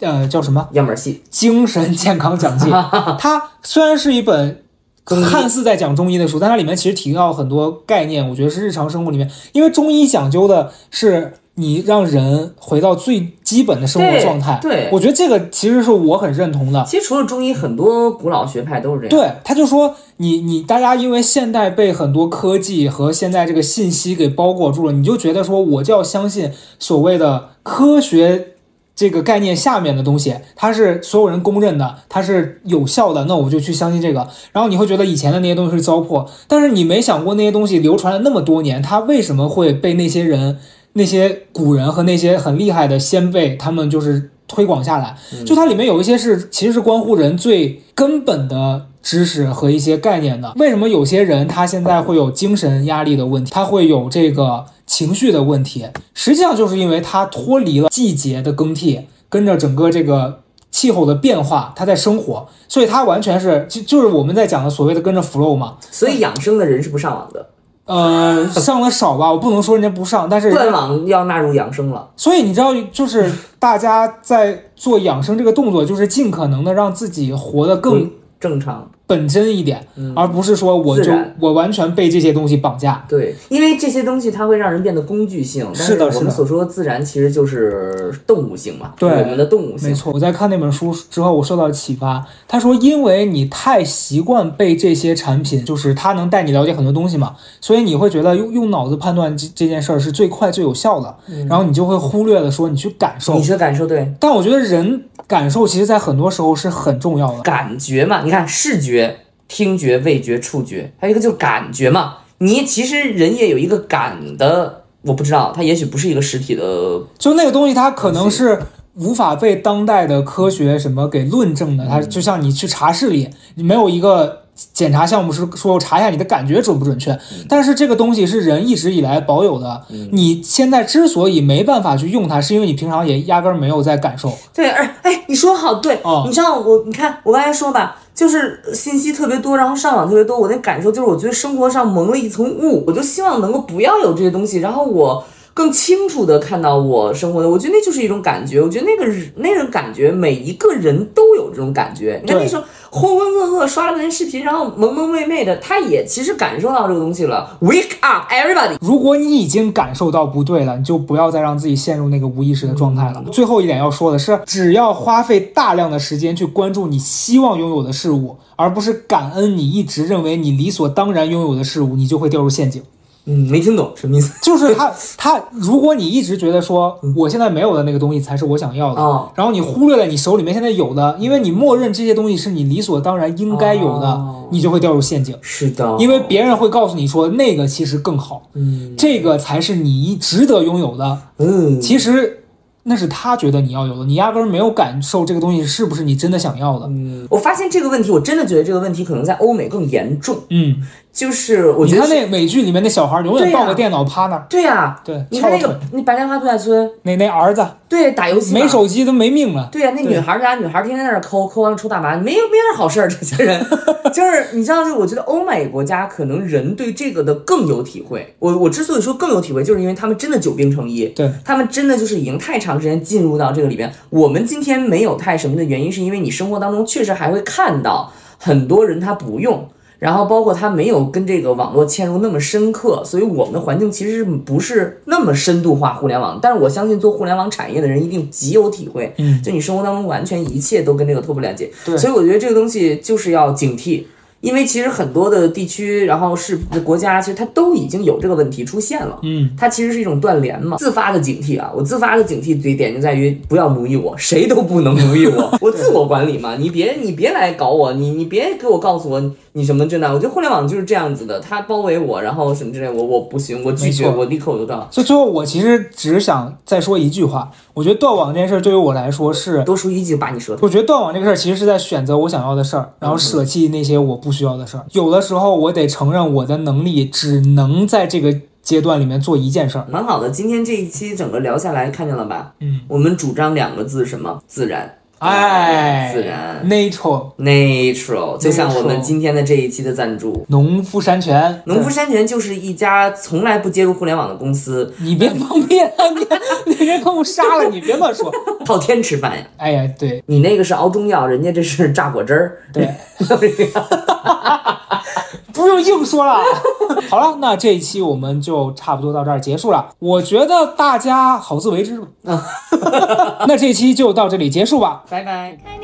Speaker 3: 呃，叫什么
Speaker 1: 样本戏
Speaker 3: 《精神健康
Speaker 1: *laughs*
Speaker 3: 讲记》，它虽然是一本。
Speaker 1: 医
Speaker 3: 看似在讲中医的书，但它里面其实提到很多概念，我觉得是日常生活里面，因为中医讲究的是你让人回到最基本的生活
Speaker 1: 对
Speaker 3: 状态。
Speaker 1: 对
Speaker 3: 我觉得这个其实是我很认同的。
Speaker 1: 其实除了中医，很多古老学派都是这样。
Speaker 3: 对，他就说你你大家因为现代被很多科技和现在这个信息给包裹住了，你就觉得说我就要相信所谓的科学这个概念下面的东西，它是所有人公认的，它是有效的，那我就去相信这个。然后你会觉得以前的那些东西是糟粕，但是你没想过那些东西流传了那么多年，它为什么会被那些人、那些古人和那些很厉害的先辈他们就是推广下来？就它里面有一些是其实是关乎人最根本的知识和一些概念的。为什么有些人他现在会有精神压力的问题，他会有这个情绪的问题？实际上就是因为他脱离了季节的更替，跟着整个这个。气候的变化，他在生活，所以他完全是就就是我们在讲的所谓的跟着 flow 嘛，
Speaker 1: 所以养生的人是不上网的，
Speaker 3: 呃，上的少吧，我不能说人家不上，但是
Speaker 1: 断网要纳入养生了。
Speaker 3: 所以你知道，
Speaker 1: *laughs*
Speaker 3: 就是大家在做养生这个动作，就是尽可能的让自己活得更
Speaker 1: 回正常，
Speaker 3: 本真一点，而不是说我
Speaker 1: 嗯自
Speaker 3: 就
Speaker 1: 然
Speaker 3: 我完全被这些东西绑架。
Speaker 1: 对，因为这些东西它会让人变得工具性，但
Speaker 3: 是的
Speaker 1: 我
Speaker 3: 是
Speaker 1: 们
Speaker 3: 的
Speaker 1: 所说的自然其实就是动物性嘛，
Speaker 3: 对
Speaker 1: 我们的动物
Speaker 3: 没
Speaker 1: 性。
Speaker 3: 错，我在看那本书之后，我受到了启发。他说，因为你太习惯被这些产品，就是它能带你了解很多东西嘛，所以你会觉得用用脑子判断这这件事儿是最快最有效的，然后你就会忽略了说你去感受
Speaker 1: 嗯你。说感受对
Speaker 3: 但我觉得人感受其实，在很多时候是很重要的。
Speaker 1: 感觉嘛？你看视觉、听觉、味觉、触觉，还有一个就是感觉嘛。你其实人也有一个感的，我不知道，它也许不是一个实体的
Speaker 3: 就那个东西，它可能是无法被当代的科学什么给论证的。它就像你去茶室里，你没有一个检查项目是说查一下你的感觉准不准确，但是这个东西是人一直以来保有的，你现在之所以没办法去用它，是因为你平常也压根儿没有在感受。
Speaker 1: 对，而哎，你说好对，
Speaker 3: 哦
Speaker 1: 你知道我，你看我刚才说吧，就是信息特别多，然后上网特别多，我那感受就是，我觉得生活上蒙了一层雾，我就希望能够不要有这些东西，然后我更清楚的看到我生活的，我觉得那就是一种感觉，我觉得那个人那种感觉，每一个人都有这种感觉。你看
Speaker 3: 对
Speaker 1: 那时候浑浑噩噩刷了半天视频，然后蒙蒙昧昧的，他也其实感受到这个东西了。Wake up, everybody！
Speaker 3: 如果你已经感受到不对了，你就不要再让自己陷入那个无意识的状态了。最后一点要说的是，只要花费大量的时间去关注你希望拥有的事物，而不是感恩你一直认为你理所当然拥有的事物，你就会掉入陷阱。 *laughs*
Speaker 1: 嗯，没听懂什么意思？
Speaker 3: 就是他，他如果你一直觉得说我现在没有的那个东西才是我想要的，
Speaker 1: 哦
Speaker 3: 然后你忽略了你手里面现在有的，因为你默认这些东西是你理所当然应该有的，
Speaker 1: 哦
Speaker 3: 你就会掉入陷阱，
Speaker 1: 是的，
Speaker 3: 因为别人会告诉你说那个其实更好，
Speaker 1: 嗯
Speaker 3: 这个才是你值得拥有的，
Speaker 1: 嗯，
Speaker 3: 其实那是他觉得你要有的，你压根儿没有感受这个东西是不是你真的想要的，
Speaker 1: 我发现这个问题，我真的觉得这个问题可能在欧美更严重。
Speaker 3: 嗯，
Speaker 1: 就是我
Speaker 3: 你
Speaker 1: 觉得
Speaker 3: 看
Speaker 1: 是
Speaker 3: 那美剧里面那小孩儿永远
Speaker 1: 对呀
Speaker 3: 抱着电脑趴那儿，
Speaker 1: 对啊，
Speaker 3: 对
Speaker 1: 你看那
Speaker 3: 翘腿
Speaker 1: 个那白莲花度假村，
Speaker 3: 那那儿子
Speaker 1: 对打游戏嘛
Speaker 3: 没手机都没命了。
Speaker 1: 对啊，那女孩儿家女孩儿天天在那儿抠抠完了抽大麻，没有没有点好事儿。这些人 *laughs* 就是你知道，就是我觉得欧美国家可能人对这个的更有体会。我我之所以说更有体会，就是因为他们真的久病成医，
Speaker 3: 对
Speaker 1: 他们真的就是已经太长时间进入到这个里边。我们今天没有太什么的原因，是因为你生活当中确实还会看到很多人他不用。然后包括他没有跟这个网络嵌入那么深刻，所以我们的环境其实不是那么深度化互联网。但是我相信做互联网产业的人一定极有体会，
Speaker 3: 嗯
Speaker 1: 就你生活当中完全一切都跟这个脱不了节。
Speaker 3: 对
Speaker 1: 所以我觉得这个东西就是要警惕，因为其实很多的地区，然后是国家，其实它都已经有这个问题出现了。
Speaker 3: 嗯，
Speaker 1: 它其实是一种断联嘛，自发的警惕啊！我自发的警惕的点就在于不要奴役我，谁都不能奴役
Speaker 3: *laughs*
Speaker 1: 我，我自我管理嘛。你别你别来搞我，你你别给我告诉我你什么这那。我觉得互联网就是这样子的，它包围我，然后什么之类，我我不行，我拒绝，
Speaker 3: 没错
Speaker 1: 我立刻我就断了。
Speaker 3: 所以最后我其实只想再说一句话，我觉得断网这件事儿对于我来说是，
Speaker 1: 多说一句把你舌头。
Speaker 3: 我觉得断网这个事儿其实是在选择我想要的事儿，然后舍弃那些我不需要的事儿。有的时候我得承认我的能力只能在这个阶段里面做一件事儿。
Speaker 1: 蛮好的，今天这一期整个聊下来，看见了吧？
Speaker 3: 嗯，
Speaker 1: 我们主张两个字什么？自然，
Speaker 3: 哎，
Speaker 1: 自然
Speaker 3: ，natural，
Speaker 1: ，natural，就像我们
Speaker 3: Natural
Speaker 1: 今天的这一期的赞助。
Speaker 3: 农夫山泉，
Speaker 1: 农夫山泉就是一家从来不接入互联网的公司，
Speaker 3: 对，你别蒙
Speaker 1: *laughs*
Speaker 3: 骗啊，你你人给我杀了，你别乱说。
Speaker 1: 靠天吃饭呀！
Speaker 3: 哎呀，对
Speaker 1: 你那个是熬中药，人家这是榨果汁儿。 *laughs*
Speaker 3: 对，不用硬说
Speaker 1: *laughs*
Speaker 3: 了。好了，那这一期我们就差不多到这儿结束了。我觉得
Speaker 1: *laughs*
Speaker 3: 大家好自为之吧。那这一期就到这里结束吧。
Speaker 1: 拜拜。
Speaker 2: 看